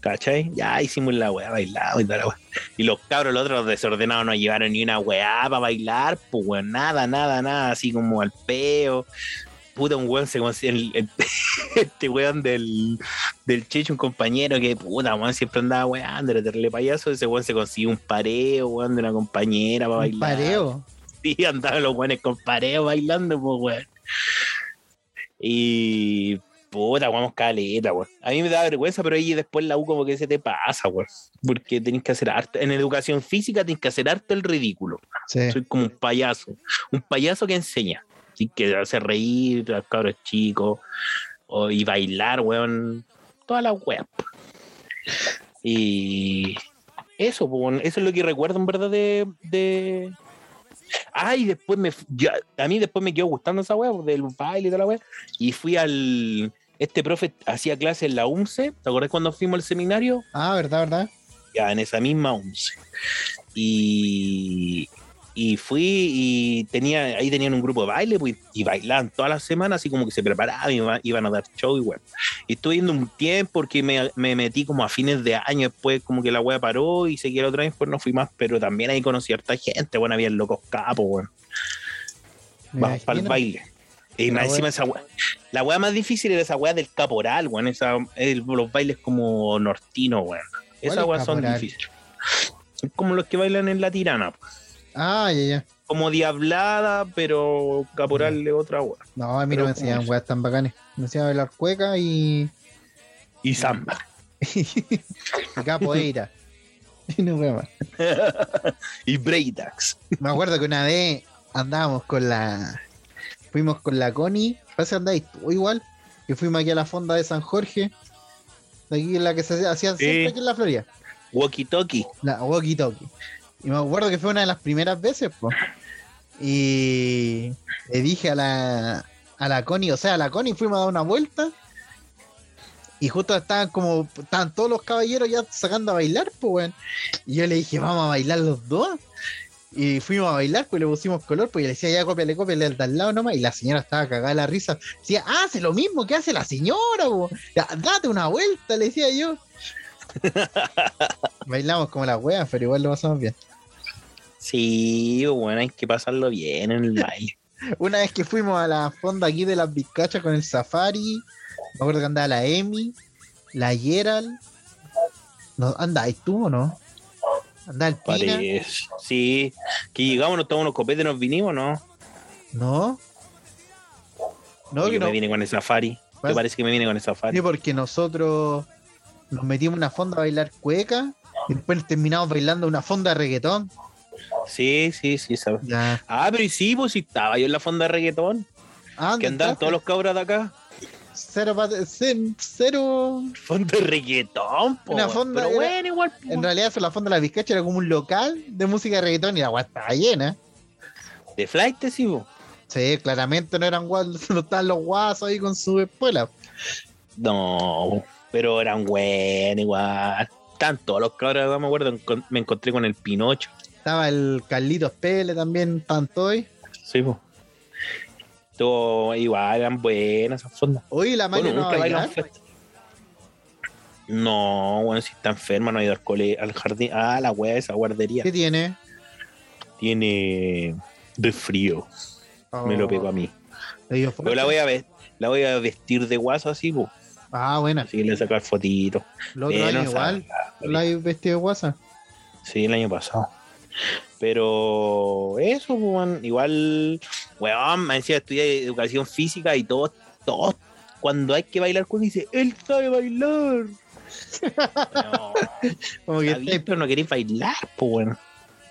[SPEAKER 3] ¿Cachai? Ya hicimos la weá, bailamos y toda la weá. Y los cabros, los otros desordenados, no llevaron ni una weá para bailar, pues weón, nada, nada, nada, así como al peo. Puta, un weón se consi- el- el- este weón del, del Checho, un compañero que puta, weón, siempre andaba weando, era terrible payaso. Ese weón se consiguió un pareo, weón, de una compañera para
[SPEAKER 2] Un
[SPEAKER 3] bailar.
[SPEAKER 2] pareo.
[SPEAKER 3] Sí, andaban los buenos con pareo bailando, pues, weón. Y. Puta, vamos caleta, weón. A mí me da vergüenza, pero ahí después la U como que se te pasa, weón. Porque tenés que hacer harto. En educación física tenés que hacer harto el ridículo.
[SPEAKER 2] Sí.
[SPEAKER 3] Soy como un payaso. Un payaso que enseña. Así que hace reír a los cabros chicos. o- y bailar, weón. Toda la weón. Y. Eso, pues, weón, eso es lo que recuerdo en verdad de. de... Ay, después me. fu- ya- a mí después me quedó gustando esa weá, del baile y toda la weá. Y fui al. Este profe hacía clases en la UNCE. ¿Te acordás cuando fuimos al seminario?
[SPEAKER 2] Ah, verdad, verdad.
[SPEAKER 3] ya en esa misma 11. Y, y fui y tenía, ahí tenían un grupo de baile pues, y bailaban todas las semanas, así como que se preparaban, iba- iban a dar show y bueno. Y estuve yendo un tiempo porque me, me metí como a fines de año, después como que la wea paró y seguí la otra vez, pues no fui más, pero también ahí conocí a harta gente, bueno, había locos capos, bueno,
[SPEAKER 2] Me
[SPEAKER 3] vamos para el
[SPEAKER 2] imagino.
[SPEAKER 3] baile. Y
[SPEAKER 2] La
[SPEAKER 3] más
[SPEAKER 2] wea-
[SPEAKER 3] encima esa wea- La wea más difícil era esa wea del caporal, weón. Esa, el- los bailes como nortinos, weón. Esas
[SPEAKER 2] es
[SPEAKER 3] weas son
[SPEAKER 2] caporal?
[SPEAKER 3] difíciles. Son como los que bailan en la tirana. po.
[SPEAKER 2] Ah, ya, ya.
[SPEAKER 3] Como diablada, pero caporal de otra wea.
[SPEAKER 2] No, a mí
[SPEAKER 3] Pero
[SPEAKER 2] no me
[SPEAKER 3] ¿cómo
[SPEAKER 2] enseñaban
[SPEAKER 3] es?
[SPEAKER 2] weas tan bacanes. Me enseñaban a bailar cueca y,
[SPEAKER 3] Y samba.
[SPEAKER 2] y capoeira. Y no fue más.
[SPEAKER 3] y breakdance.
[SPEAKER 2] Me acuerdo que una vez andábamos con la. Fuimos con la Connie. Parece que andáis tú igual. Que fuimos aquí a la fonda de San Jorge. De aquí la que se hacían
[SPEAKER 3] Sí.
[SPEAKER 2] siempre aquí en la Florida.
[SPEAKER 3] Walkie Talkie.
[SPEAKER 2] La walkie talkie. Y me acuerdo que fue una de las primeras veces, po. Y le dije a la, a la Connie, o sea, a la Connie fuimos a dar una vuelta. Y justo estaban como, estaban todos los caballeros ya sacando a bailar, pues, weón. Y yo le dije, vamos a bailar los dos. Y fuimos a bailar, pues le pusimos color, pues y le decía, ya cópiale, cópiale al de al lado nomás. Y la señora estaba cagada de la risa. Decía, "Ah, hace lo mismo que hace la señora, po. Ya, Date una vuelta, le decía yo. Bailamos como las weas, pero igual lo pasamos bien.
[SPEAKER 3] Sí, bueno, hay que pasarlo bien en el baile.
[SPEAKER 2] Una vez que fuimos a la fonda aquí de las Vizcachas con el Safari, me acuerdo que andaba la Emi, la Gerald. No, anda, ¿y tú o no? Anda el Pina.
[SPEAKER 3] Parece. Sí, que llegamos, nos tomamos unos copetes, nos vinimos, ¿no?
[SPEAKER 2] No. No,
[SPEAKER 3] Yo
[SPEAKER 2] que no.
[SPEAKER 3] me viene con el safari.
[SPEAKER 2] Pas-
[SPEAKER 3] ¿Te parece que me viene con el
[SPEAKER 2] Sí,
[SPEAKER 3] safari?
[SPEAKER 2] porque nosotros nos metimos en una fonda a bailar cueca y después terminamos bailando una fonda de reggaetón.
[SPEAKER 3] Sí, sí, sí, sabes.
[SPEAKER 2] Ya.
[SPEAKER 3] Ah, pero y sí, pues sí, estaba yo en la fonda de reggaetón.
[SPEAKER 2] Ah,
[SPEAKER 3] Que andan todos los cabros de acá.
[SPEAKER 2] Cero, pat- ce- cero.
[SPEAKER 3] Fonda de reggaetón, po.
[SPEAKER 2] Una fonda
[SPEAKER 3] Pero
[SPEAKER 2] era-
[SPEAKER 3] bueno, igual. po.
[SPEAKER 2] En realidad, la fonda de la Vizcacha era como un local de música de reggaetón y la guata estaba llena.
[SPEAKER 3] De flight, sí, po.
[SPEAKER 2] Sí, claramente no eran guasos, no estaban los guasos ahí con su espuela.
[SPEAKER 3] No, pero eran buenos igual. Están todos los cabros, no me acuerdo, encon- me encontré con el Pinocho.
[SPEAKER 2] Estaba el Carlitos Pele también, tanto hoy.
[SPEAKER 3] Sí, po. Todo igual, eran buenas esas fondas.
[SPEAKER 2] Hoy la Mario
[SPEAKER 3] Bueno,
[SPEAKER 2] no va
[SPEAKER 3] nunca
[SPEAKER 2] a
[SPEAKER 3] bailo en
[SPEAKER 2] bailar.
[SPEAKER 3] fiesta. No, bueno, si está enferma, no ha ido al cole, al jardín. Ah, la wea esa guardería.
[SPEAKER 2] ¿Qué tiene?
[SPEAKER 3] Tiene de frío. Me lo pegó a mí.
[SPEAKER 2] Le dio fuerte.
[SPEAKER 3] Pero la voy a ver. La voy a vestir de guaso así, po.
[SPEAKER 2] Ah, buena.
[SPEAKER 3] Así que le sacar fotito.
[SPEAKER 2] El otro
[SPEAKER 3] Eh,
[SPEAKER 2] año
[SPEAKER 3] no
[SPEAKER 2] igual.
[SPEAKER 3] sabe.
[SPEAKER 2] La hay vestido de guasa.
[SPEAKER 3] Sí, el año pasado. Pero eso, po, weón. igual, weón, me decía estudiar educación física y todos, todos, cuando hay que bailar con dice, él sabe bailar. no,
[SPEAKER 2] Como que este,
[SPEAKER 3] sabí, pero no queréis bailar, pues bueno.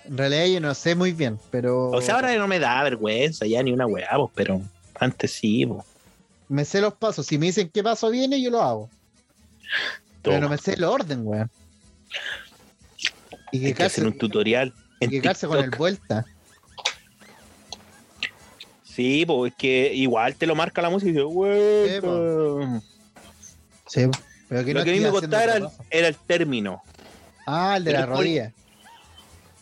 [SPEAKER 2] en realidad yo no sé muy bien, pero
[SPEAKER 3] O sea, ahora no me da vergüenza ya ni una weá, pues, pero antes sí, pues.
[SPEAKER 2] me sé los pasos. Si me dicen qué paso viene, yo lo hago. Pero no me sé el orden, weón. Y
[SPEAKER 3] Hay
[SPEAKER 2] que
[SPEAKER 3] que hacer
[SPEAKER 2] calce,
[SPEAKER 3] un tutorial.
[SPEAKER 2] y
[SPEAKER 3] En
[SPEAKER 2] que calce con el
[SPEAKER 3] TikTok.
[SPEAKER 2] vuelta.
[SPEAKER 3] Sí, pues es que igual te lo marca la música y dice,
[SPEAKER 2] Sí,
[SPEAKER 3] vuelta.
[SPEAKER 2] Sí, pero que
[SPEAKER 3] Lo
[SPEAKER 2] no
[SPEAKER 3] que a mí
[SPEAKER 2] estoy
[SPEAKER 3] me
[SPEAKER 2] haciendo
[SPEAKER 3] costaba era
[SPEAKER 2] otro
[SPEAKER 3] el-
[SPEAKER 2] paso.
[SPEAKER 3] era el término.
[SPEAKER 2] Ah, el de
[SPEAKER 3] el
[SPEAKER 2] la
[SPEAKER 3] poli-
[SPEAKER 2] rodilla.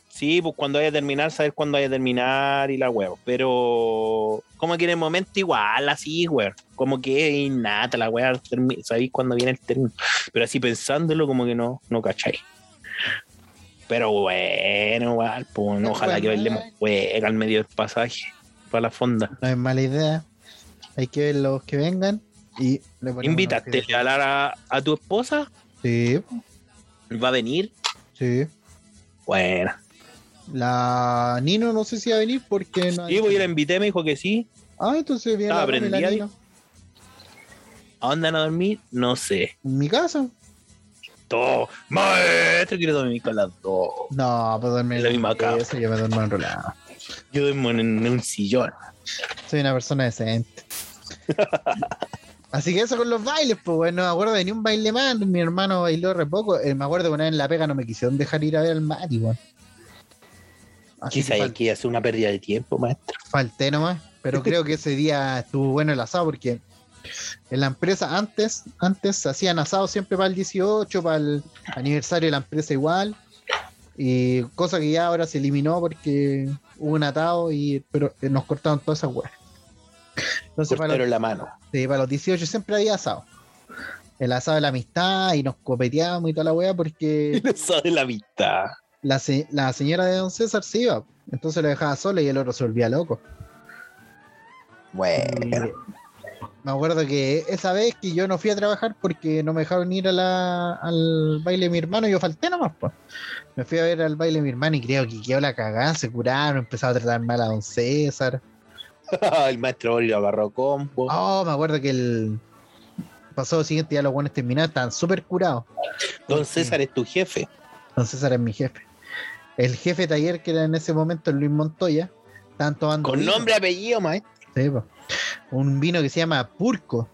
[SPEAKER 3] Sí, pues cuando vaya a terminar, saber cuándo vaya a terminar y la huevo. Pero como que en el momento igual, así, güey. Como que es innata la hueá, termi- sabéis cuándo viene el término. Pero así pensándolo, como que no, no cacháis. Pero bueno, igual, pues no, ojalá que bailemos juega al medio del pasaje para la fonda.
[SPEAKER 2] No es mala idea. Hay que ver los que vengan y le ponemos
[SPEAKER 3] Invítate
[SPEAKER 2] una-
[SPEAKER 3] a, Lara- a tu esposa,
[SPEAKER 2] Sí,
[SPEAKER 3] va a venir.
[SPEAKER 2] sí.
[SPEAKER 3] Bueno,
[SPEAKER 2] La Nino no sé si va a venir porque no. ha
[SPEAKER 3] y
[SPEAKER 2] dicho
[SPEAKER 3] pues yo
[SPEAKER 2] nada.
[SPEAKER 3] la invité, me dijo que sí.
[SPEAKER 2] Ah, entonces viene
[SPEAKER 3] Estaba
[SPEAKER 2] la, Romy, la
[SPEAKER 3] prendida,
[SPEAKER 2] Nino.
[SPEAKER 3] ¿A dónde van a dormir? No sé.
[SPEAKER 2] ¿En mi casa?
[SPEAKER 3] Todo. Maestro, quiero dormir con las dos.
[SPEAKER 2] No, pues para dormir
[SPEAKER 3] En la misma cama.
[SPEAKER 2] Eso yo me duermo enrolado.
[SPEAKER 3] Yo duermo en, en un sillón.
[SPEAKER 2] Soy una persona decente. Así que eso con los bailes, pues bueno, no me acuerdo de ni un baile más. Mi hermano bailó re poco. Eh, me acuerdo que una vez en la pega no me quisieron dejar ir a ver al Mati, weón. Así
[SPEAKER 3] Quizá
[SPEAKER 2] que
[SPEAKER 3] hay que hacer una pérdida de tiempo, maestro.
[SPEAKER 2] falté nomás, pero creo que ese día estuvo bueno el asado porque en la empresa antes, antes se hacían asados siempre para el 18, para el aniversario de la empresa igual, y cosa que ya ahora se eliminó porque hubo un atado y pero eh, nos cortaron todas esas weas. Entonces para los,
[SPEAKER 3] Cortaron la mano.
[SPEAKER 2] sí, para los 18 siempre había asado. El asado de la amistad y nos copeteábamos y toda la wea porque
[SPEAKER 3] No sabe la mitad.
[SPEAKER 2] la, se- la señora de don César se iba, entonces lo dejaba solo y el otro se volvía loco.
[SPEAKER 3] Bueno.
[SPEAKER 2] Eh, Me acuerdo que esa vez que yo no fui a trabajar porque no me dejaron ir a la- al baile de mi hermano, yo falté nomás, pues. Me fui a ver al baile de mi hermano y creo que quedó la cagada, se curaron, empezaba a tratar mal a don César.
[SPEAKER 3] el maestro Bori lo agarró combo.
[SPEAKER 2] Oh, me acuerdo que el pasado siguiente ya los buenos terminaron, estaban súper curados.
[SPEAKER 3] Don César es tu jefe.
[SPEAKER 2] Don César es mi jefe. El jefe de taller que era en ese momento Luis Montoya, estaban tomando
[SPEAKER 3] Con
[SPEAKER 2] vino.
[SPEAKER 3] nombre y apellido, maestro.
[SPEAKER 2] Sí, po. un vino que se llama Purco,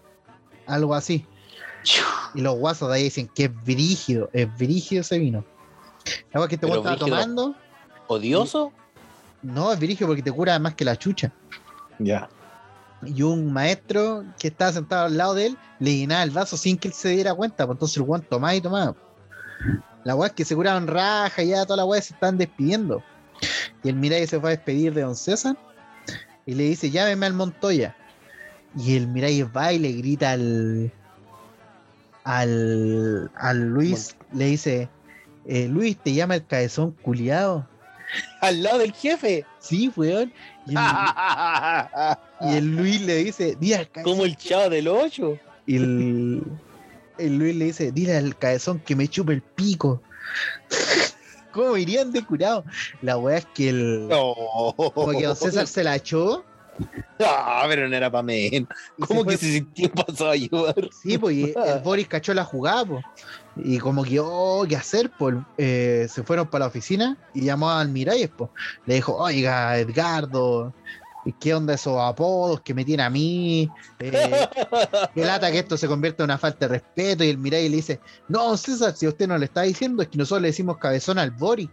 [SPEAKER 2] algo así. Y los guasos de ahí dicen que es brígido, es brígido ese vino. Agua que te
[SPEAKER 4] Pero
[SPEAKER 2] estaba
[SPEAKER 4] brígido.
[SPEAKER 2] tomando,
[SPEAKER 4] ¿Odioso?
[SPEAKER 2] no, es brígido porque te cura más que la chucha. Mm.
[SPEAKER 3] Ya.
[SPEAKER 2] Y un maestro que estaba sentado al lado de él le llenaba el vaso sin que él se diera cuenta. Pues entonces el guan tomaba y tomaba. La weá es que se curaban raja, ya toda la weá se están despidiendo. Y el Mirai se fue a despedir de don César y le dice: Llámeme al Montoya. Y el Mirai va y le grita al. al. al Luis, le dice: eh, Luis, te llama el cabezón culiado.
[SPEAKER 4] Al lado del jefe.
[SPEAKER 2] Sí, weón. Y el, y el Luis le dice: Díaz, cabezón
[SPEAKER 4] Como el chavo del 8.
[SPEAKER 2] Y el, el Luis le dice, dile al cabezón que me chupe el pico. ¿Cómo irían de curado? La weá es que el...
[SPEAKER 4] No.
[SPEAKER 2] Porque don César se la echó.
[SPEAKER 4] Ah, pero no era para menos.
[SPEAKER 2] y
[SPEAKER 4] ¿Cómo que
[SPEAKER 2] fue-
[SPEAKER 4] se sintió pasado a ayudar?
[SPEAKER 2] Sí, pues y el Boris cachó la jugada, po. Y como que, oh, ¿qué hacer? Pues eh, se fueron para la oficina y llamó al Miralles, pues. Le dijo, oiga, Edgardo, ¿qué onda esos apodos que me tiene a mí? Eh, qué lata que esto se convierte en una falta de respeto. Y el Miralles le dice, no, César, si usted no le está diciendo, es que nosotros le decimos cabezón al Boris.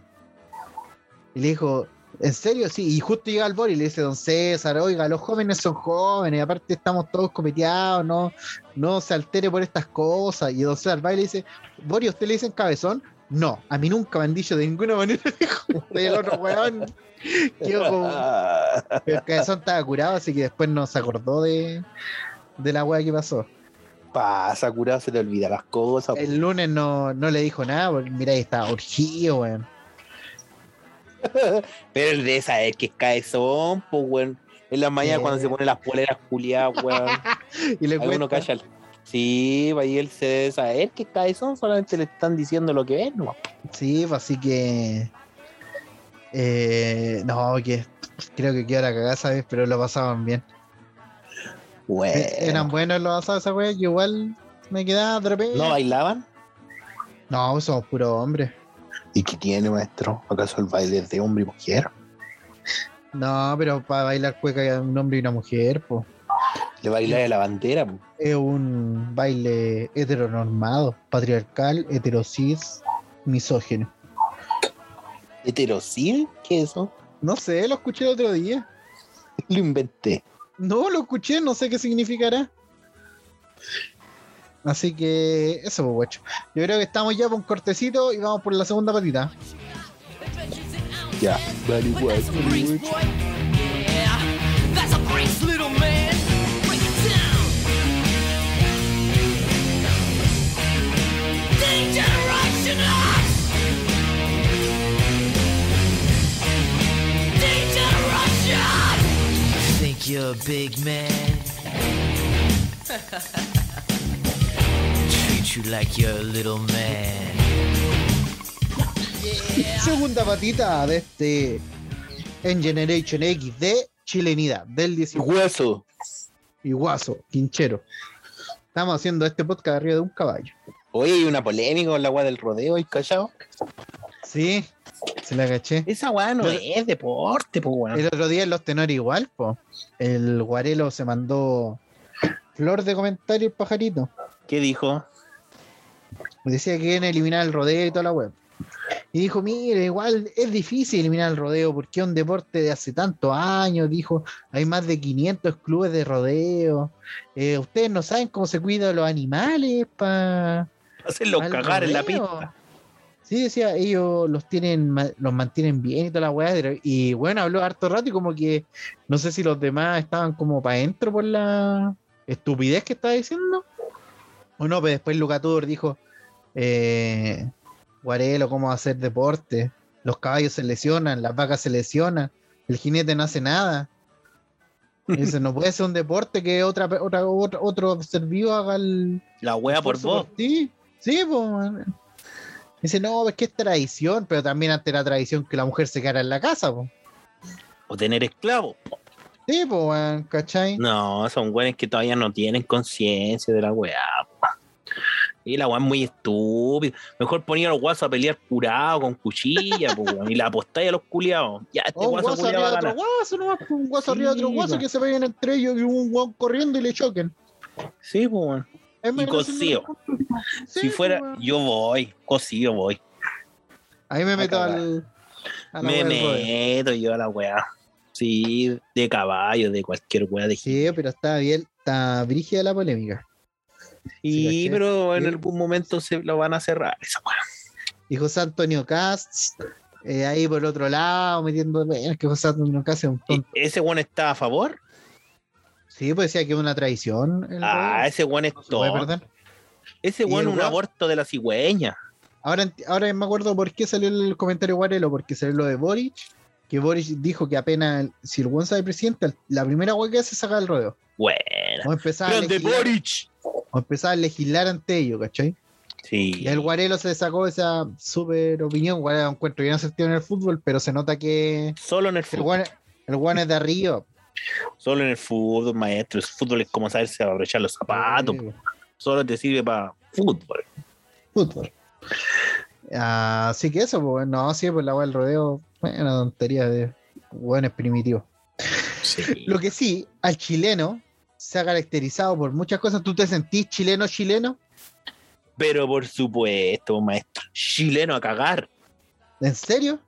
[SPEAKER 2] Y le dijo, ¿en serio? Sí. Y justo llega al Boris y le dice, don César, oiga, los jóvenes son jóvenes, aparte estamos todos copeteados, ¿no? no se altere por estas cosas. Y don César va y le dice, Bori, ¿a usted le dicen cabezón? No, a mí nunca me han dicho de ninguna manera. Y el otro weón. Quedó como- pero el cabezón estaba curado, así que después no se acordó de, de la weá que pasó.
[SPEAKER 4] Pasa, curado, se le olvida las cosas. po.
[SPEAKER 2] El lunes no, no le dijo nada, porque mira, ahí estaba orgío, weón.
[SPEAKER 4] Pero el de saber que es caezón, pues, weón. En la mañana
[SPEAKER 2] Sí.
[SPEAKER 4] cuando se ponen las poleras culiadas, weón.
[SPEAKER 2] Y le
[SPEAKER 4] Alguno
[SPEAKER 2] cuenta,
[SPEAKER 4] calla. Sí, ahí él se debe saber que es caezón, solamente le están diciendo lo que es, no.
[SPEAKER 2] Sí, pues, así que. eh, no, que creo que quedó la cagada, ¿sabes? Pero lo pasaban bien. Eh, Eran buenos los asados, esa weá. Yo igual me quedaba de repente.
[SPEAKER 4] ¿No bailaban?
[SPEAKER 2] No, pues, somos puros hombres.
[SPEAKER 4] ¿Y qué tiene, maestro? ¿Acaso el baile es de hombre y mujer?
[SPEAKER 2] No, pero para bailar cueca un hombre y una mujer, po.
[SPEAKER 4] Le baila de la bandera, po.
[SPEAKER 2] Es un baile heteronormado, patriarcal, heterosis, misógino.
[SPEAKER 4] ¿Heterosil? ¿Qué es eso?
[SPEAKER 2] No sé, lo escuché el otro día.
[SPEAKER 4] Lo inventé.
[SPEAKER 2] No, lo escuché, no sé qué significará. Así que eso, pues, guacho. Yo creo que estamos ya por un cortecito y vamos por la segunda patita.
[SPEAKER 4] Ya. Vale,
[SPEAKER 5] But that's a breeze,
[SPEAKER 4] weón.
[SPEAKER 5] boy. Yeah, that's a breeze, little man. Break it down. Degeneration X. Degeneration.
[SPEAKER 1] Think you're a big man? Treat you like you're a little man.
[SPEAKER 2] Segunda patita de este En Generation X de Chilenidad, del 19.
[SPEAKER 4] Hueso.
[SPEAKER 2] y guaso, quinchero. Estamos haciendo este podcast arriba de un caballo.
[SPEAKER 4] Oye, hay una polémica con la agua del rodeo y callado.
[SPEAKER 2] Sí, se la caché.
[SPEAKER 4] Esa weá no es deporte, po, weón.
[SPEAKER 2] El otro día en los tenores igual, po. El guarelo se mandó flor de comentario el pajarito.
[SPEAKER 3] ¿Qué dijo?
[SPEAKER 2] Decía que quieren eliminar el rodeo y toda la web. Y dijo, mire, igual es difícil eliminar el rodeo porque es un deporte de hace tantos años. Dijo, hay más de 500 clubes de rodeo. Eh, Ustedes no saben cómo se cuidan los animales para...
[SPEAKER 3] Hacerlo
[SPEAKER 2] Al
[SPEAKER 3] cagar en la
[SPEAKER 2] rodeo.
[SPEAKER 3] pista.
[SPEAKER 2] Sí, decía, ellos los tienen, ma- los mantienen bien y toda la weá. pero- Y bueno, habló harto rato y como que no sé si los demás estaban como para adentro por la estupidez que estaba diciendo. O no, pero después Lucatur dijo, eh, Guarelo, ¿cómo va a hacer deporte? Los caballos se lesionan, las vacas se lesionan, el jinete no hace nada. Y Dice, no puede ser un deporte que otra, pe- otra, otro, otro ser vivo haga el,
[SPEAKER 3] La wea Ah, por
[SPEAKER 2] esfuerzo
[SPEAKER 3] vos.
[SPEAKER 2] ti. Sí, po, man. Dice, no, es que es tradición, pero también antes era tradición que la mujer se quedara en la casa, po.
[SPEAKER 3] O tener esclavos.
[SPEAKER 2] Sí, po, man, ¿cachai?
[SPEAKER 3] No, son weones que todavía no tienen conciencia de la weá. po. Y la weá es muy estúpida. Mejor ponía a los guasos a pelear curado con cuchilla, po, weón, y la apostáis a los culiados. Ya, este
[SPEAKER 2] O
[SPEAKER 4] Oh,
[SPEAKER 2] un
[SPEAKER 3] guaso
[SPEAKER 2] guaso arriba
[SPEAKER 3] culiao va a
[SPEAKER 2] de otro
[SPEAKER 3] ganar.
[SPEAKER 2] guaso, nomás, po, un guaso arriba de otro
[SPEAKER 3] Sí,
[SPEAKER 2] guaso
[SPEAKER 3] po.
[SPEAKER 2] que se vayan entre ellos y un guan corriendo y le choquen.
[SPEAKER 3] Sí, po, weón.
[SPEAKER 2] Es
[SPEAKER 3] Y
[SPEAKER 2] más gracioso.
[SPEAKER 3] cosío. si fuera, yo voy, cosido voy.
[SPEAKER 2] Ahí me meto al. a la
[SPEAKER 3] Me
[SPEAKER 2] wea del Robert.
[SPEAKER 3] meto yo a la weá. Sí, de caballo, de cualquier weá de
[SPEAKER 2] Sí, pero está bien, está brígida la polémica.
[SPEAKER 3] Sí,
[SPEAKER 2] ¿cachai?
[SPEAKER 3] pero en
[SPEAKER 2] Sí.
[SPEAKER 3] algún momento se lo van a cerrar esa weá.
[SPEAKER 2] Y José Antonio Cast, eh, ahí por el otro lado, metiendo. bueno, es que José Antonio Cast es un
[SPEAKER 3] ¿Y
[SPEAKER 2] tonto.
[SPEAKER 3] ¿Ese weón está a favor?
[SPEAKER 2] Sí, pues decía que es una traición. el
[SPEAKER 3] Ah,
[SPEAKER 2] Robert.
[SPEAKER 3] ese weón es
[SPEAKER 2] No se puede
[SPEAKER 3] todo.
[SPEAKER 2] perder.
[SPEAKER 3] Ese
[SPEAKER 2] ¿Y
[SPEAKER 3] weón
[SPEAKER 2] el
[SPEAKER 3] es un
[SPEAKER 2] weón?
[SPEAKER 3] aborto de la cigüeña.
[SPEAKER 2] Ahora, enti- ahora me acuerdo por qué salió el comentario Guarelo, porque salió lo de Boric, que Boric dijo que apenas el- si el buen sale presidente, la primera hueá que hace es sacar el rodeo.
[SPEAKER 3] Buena.
[SPEAKER 2] O empezaba, a
[SPEAKER 3] ¡Grande
[SPEAKER 2] legislar,
[SPEAKER 3] Boric!
[SPEAKER 2] o empezaba a legislar ante ellos, ¿cachai?
[SPEAKER 3] Sí.
[SPEAKER 2] Y el Guarelo se sacó esa super opinión, Guarelo lo encuentro bien asertivo en el fútbol, pero se nota que
[SPEAKER 3] Solo en el
[SPEAKER 2] el
[SPEAKER 3] fútbol.
[SPEAKER 2] Guan el guan es de arriba.
[SPEAKER 3] Solo en el fútbol, maestro. El fútbol es como saberse abrochar los zapatos.
[SPEAKER 2] Eh,
[SPEAKER 3] Solo te sirve para fútbol.
[SPEAKER 2] Fútbol. Así que eso, pues, no, sí, pues la hueá del rodeo, una tontería de hueones primitivos.
[SPEAKER 3] Sí.
[SPEAKER 2] Lo que sí, al chileno se ha caracterizado por muchas cosas. ¿Tú te sentís chileno, chileno?
[SPEAKER 3] Pero por supuesto, maestro. Chileno a cagar.
[SPEAKER 2] ¿En serio?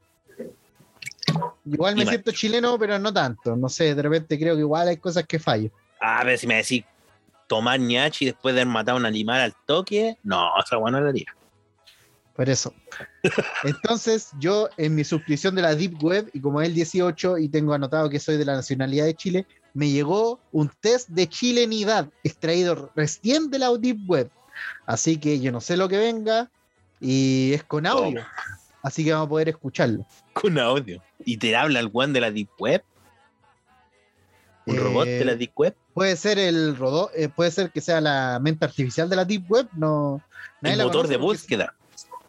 [SPEAKER 2] Igual me
[SPEAKER 3] Ima-
[SPEAKER 2] siento chileno, pero no tanto. No sé, de repente creo que igual hay cosas que fallo.
[SPEAKER 3] A ver si me decís tomar ñachi después de haber matado a un animal al toque. No, esa weá no la haría.
[SPEAKER 2] Por eso. Entonces, yo en mi suscripción de la Deep Web, y como es el 18 y tengo anotado que soy de la nacionalidad de Chile, me llegó un test de chilenidad extraído recién de la Deep Web. Así que yo no sé lo que venga y es con audio. Así que vamos a poder escucharlo.
[SPEAKER 3] Con audio. Y te habla el weón de la Deep Web. Un
[SPEAKER 2] Eh,
[SPEAKER 3] robot de la Deep Web.
[SPEAKER 2] Puede ser el rodó, eh, puede ser que sea la mente artificial de la Deep Web, no. nadie
[SPEAKER 3] El
[SPEAKER 2] la
[SPEAKER 3] motor
[SPEAKER 2] conoce
[SPEAKER 3] de
[SPEAKER 2] porque-
[SPEAKER 3] búsqueda.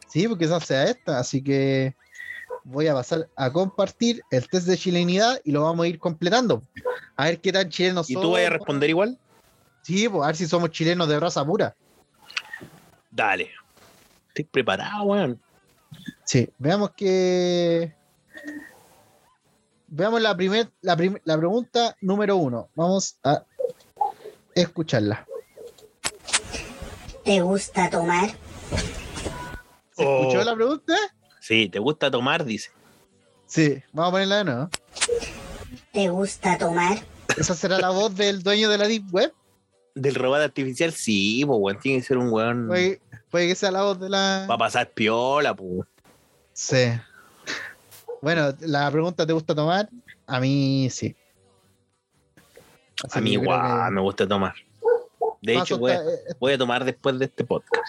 [SPEAKER 2] Sí, porque esa sea esta, así que voy a pasar a compartir el test de chilenidad y lo vamos a ir completando. A ver qué tan chilenos
[SPEAKER 3] ¿Y
[SPEAKER 2] somos.
[SPEAKER 3] tú vas a responder igual?
[SPEAKER 2] Sí, pues, a ver si somos chilenos de raza pura.
[SPEAKER 3] Dale. Estoy preparado, weón.
[SPEAKER 2] Sí, veamos que. Veamos la, primer, la, prim- la pregunta número uno. Vamos a escucharla.
[SPEAKER 6] ¿Te gusta tomar?
[SPEAKER 2] ¿Se
[SPEAKER 3] Oh.
[SPEAKER 2] escuchó la pregunta?
[SPEAKER 3] Sí, ¿te gusta tomar? Dice.
[SPEAKER 2] Sí, vamos a ponerla de nuevo.
[SPEAKER 6] ¿Te gusta tomar?
[SPEAKER 2] ¿Esa será la voz del dueño de la Deep Web?
[SPEAKER 3] Del robot artificial, sí, po, weón. Tiene que ser un weón.
[SPEAKER 2] Puede, puede que sea la voz de
[SPEAKER 3] Va a
[SPEAKER 2] la.
[SPEAKER 3] pasar piola, po.
[SPEAKER 2] Sí. Bueno, la pregunta: ¿te gusta tomar? A mí sí. Así
[SPEAKER 3] A
[SPEAKER 2] que
[SPEAKER 3] mí,
[SPEAKER 2] yo creo
[SPEAKER 3] guau,
[SPEAKER 2] que
[SPEAKER 3] me gusta tomar. De
[SPEAKER 2] paso
[SPEAKER 3] hecho, pues. voy a,
[SPEAKER 2] está- es-
[SPEAKER 3] voy a tomar después de este podcast.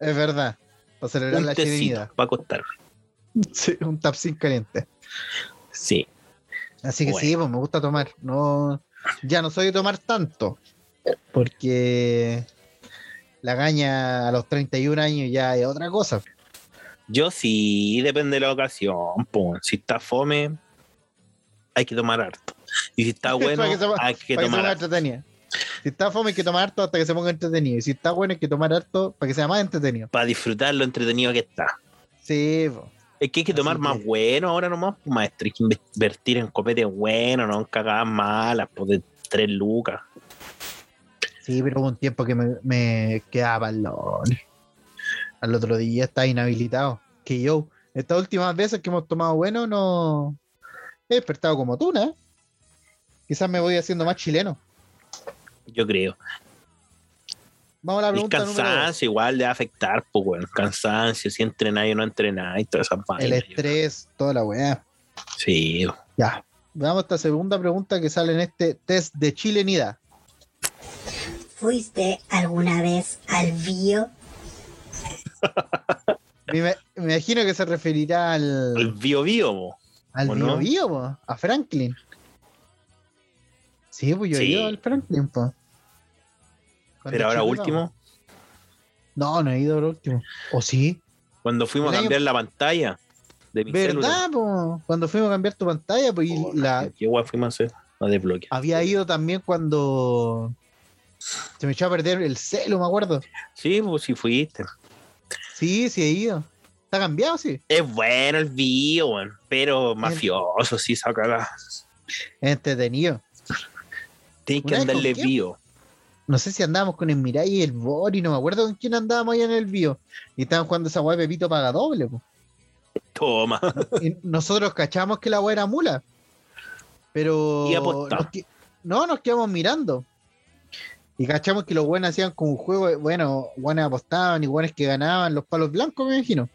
[SPEAKER 2] es verdad. Para celebrar
[SPEAKER 3] Un
[SPEAKER 2] la
[SPEAKER 3] tecito,
[SPEAKER 2] chilenidad.
[SPEAKER 3] va a costar.
[SPEAKER 2] Sí, un tapsin caliente.
[SPEAKER 3] Sí.
[SPEAKER 2] Así que sí, pues me gusta tomar. No, ya no soy de tomar tanto. Porque la gaña a los 31 años ya es otra cosa.
[SPEAKER 3] Yo sí, depende de la ocasión, po. Si está fome, hay que tomar harto. Y si está bueno,
[SPEAKER 2] Para que se-
[SPEAKER 3] hay que
[SPEAKER 2] para que se
[SPEAKER 3] tomar
[SPEAKER 2] ponga
[SPEAKER 3] harto.
[SPEAKER 2] entretenida. Si está fome hay que tomar harto hasta que se ponga entretenido. Y si está bueno hay que tomar harto para que sea más entretenido.
[SPEAKER 3] Para disfrutar lo entretenido que está.
[SPEAKER 2] Sí, pues. po.
[SPEAKER 3] Es que hay que
[SPEAKER 2] Así
[SPEAKER 3] tomar más
[SPEAKER 2] que-
[SPEAKER 3] bueno ahora nomás, po, maestro. Hay que invertir en copete bueno, no en cagadas malas, po, de tres lucas.
[SPEAKER 2] sí, pero hubo un tiempo que me, me quedaba balón. Al otro día está inhabilitado. Que yo, estas últimas veces que hemos tomado bueno, no he despertado como tú, ¿no? Quizás me voy haciendo más chileno.
[SPEAKER 3] Yo creo.
[SPEAKER 2] Vamos a la
[SPEAKER 3] El
[SPEAKER 2] pregunta número dos.
[SPEAKER 3] cansancio igual le va a afectar, pues, weón. Cansancio, si entrenáis o no entrenáis, y todas esas
[SPEAKER 2] El
[SPEAKER 3] vainas. yo-
[SPEAKER 2] estrés, toda la weá.
[SPEAKER 3] Sí, weón.
[SPEAKER 2] Ya. Veamos esta segunda pregunta que sale en este test de chilenidad.
[SPEAKER 6] ¿Fuiste alguna vez al bio?
[SPEAKER 2] Me, ima- me imagino que se referirá al.
[SPEAKER 3] el bio bio, po.
[SPEAKER 2] Al
[SPEAKER 3] ¿O
[SPEAKER 2] Bio
[SPEAKER 3] no?
[SPEAKER 2] Bio, po, a Franklin. Sí, pues yo he
[SPEAKER 3] Sí.
[SPEAKER 2] ido al Franklin, po. Cuando
[SPEAKER 3] pero ahora
[SPEAKER 2] chico,
[SPEAKER 3] último,
[SPEAKER 2] No, no he ido al último. ¿O sí?
[SPEAKER 3] cuando fuimos
[SPEAKER 2] El
[SPEAKER 3] a
[SPEAKER 2] año-
[SPEAKER 3] cambiar la pantalla de mi celular.
[SPEAKER 2] ¿Verdad, po? Cuando fuimos a cambiar tu pantalla, pues y
[SPEAKER 3] Oh,
[SPEAKER 2] la,
[SPEAKER 3] ¿Qué weón fuimos a hacer? A desbloquear.
[SPEAKER 2] había ido también cuando se me echó a perder el celo, me acuerdo.
[SPEAKER 3] Sí, pues sí fuiste.
[SPEAKER 2] Sí, sí he ido. Está cambiado, sí.
[SPEAKER 3] Es bueno el bio, weón. Pero mafioso, sí, saca la.
[SPEAKER 2] Entretenido.
[SPEAKER 3] Tienes que
[SPEAKER 2] Una vez
[SPEAKER 3] andarle
[SPEAKER 2] con quién.
[SPEAKER 3] bio.
[SPEAKER 2] no sé si andábamos con el Mirai y el Bori, no me acuerdo con quién andábamos allá en el bio. Y estaban jugando esa weá de Pepito paga doble, po.
[SPEAKER 3] Toma.
[SPEAKER 2] Y nosotros cachamos que la weá era mula. Pero.
[SPEAKER 3] Y apostamos.
[SPEAKER 2] nos que- no, nos quedamos mirando. Y cachamos que los buenos hacían como un juego, bueno, buenos apostaban y buenos que ganaban los palos blancos, me imagino.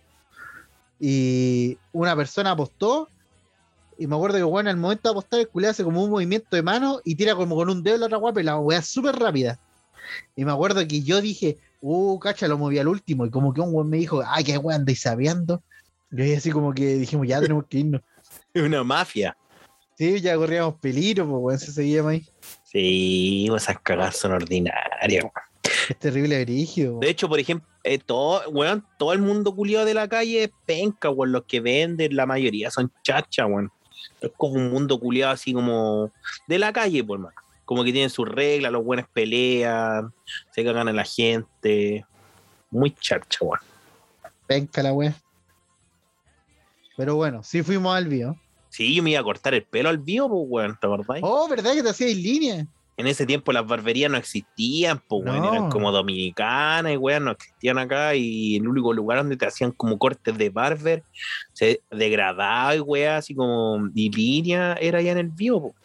[SPEAKER 2] Y una persona apostó. Y me acuerdo que, bueno, al momento de apostar, el culé hace como un movimiento de mano y tira como con un dedo la otra guapa y la weá es súper rápida. Y me acuerdo que yo dije, uh, cacha, lo moví al último. Y como que un weón me dijo, ay, qué weón, andáis sabiendo. Y ahí así como que dijimos, ya tenemos que irnos.
[SPEAKER 3] Es una mafia.
[SPEAKER 2] Sí, ya corríamos peligro, pues weón, se seguíamos ahí.
[SPEAKER 3] Sí, pues, esas cagadas son ordinarias, weón.
[SPEAKER 2] Es terrible brígido.
[SPEAKER 3] De
[SPEAKER 2] weón.
[SPEAKER 3] hecho, por ejemplo, eh, todo, weón, todo el mundo culiado de la calle es penca, weón. Los que venden, la mayoría son chachas, weón. Es como un mundo culiado así como de la calle, por más. Como que tienen sus reglas, los buenos pelean, se cagan a la gente. Muy chacha, weón.
[SPEAKER 2] Penca la weá. Pero bueno, sí fuimos al bio.
[SPEAKER 3] Sí, yo me iba a cortar el pelo al vivo, pues, weón, ¿te acordáis?
[SPEAKER 2] Oh, ¿verdad que te hacías línea?
[SPEAKER 3] En ese tiempo las barberías no existían, pues, weón,
[SPEAKER 2] No.
[SPEAKER 3] eran como dominicanas y weón, no existían acá y el único lugar donde te hacían como cortes de barber, se degradaba y weón, así como y línea era allá en el vivo, po.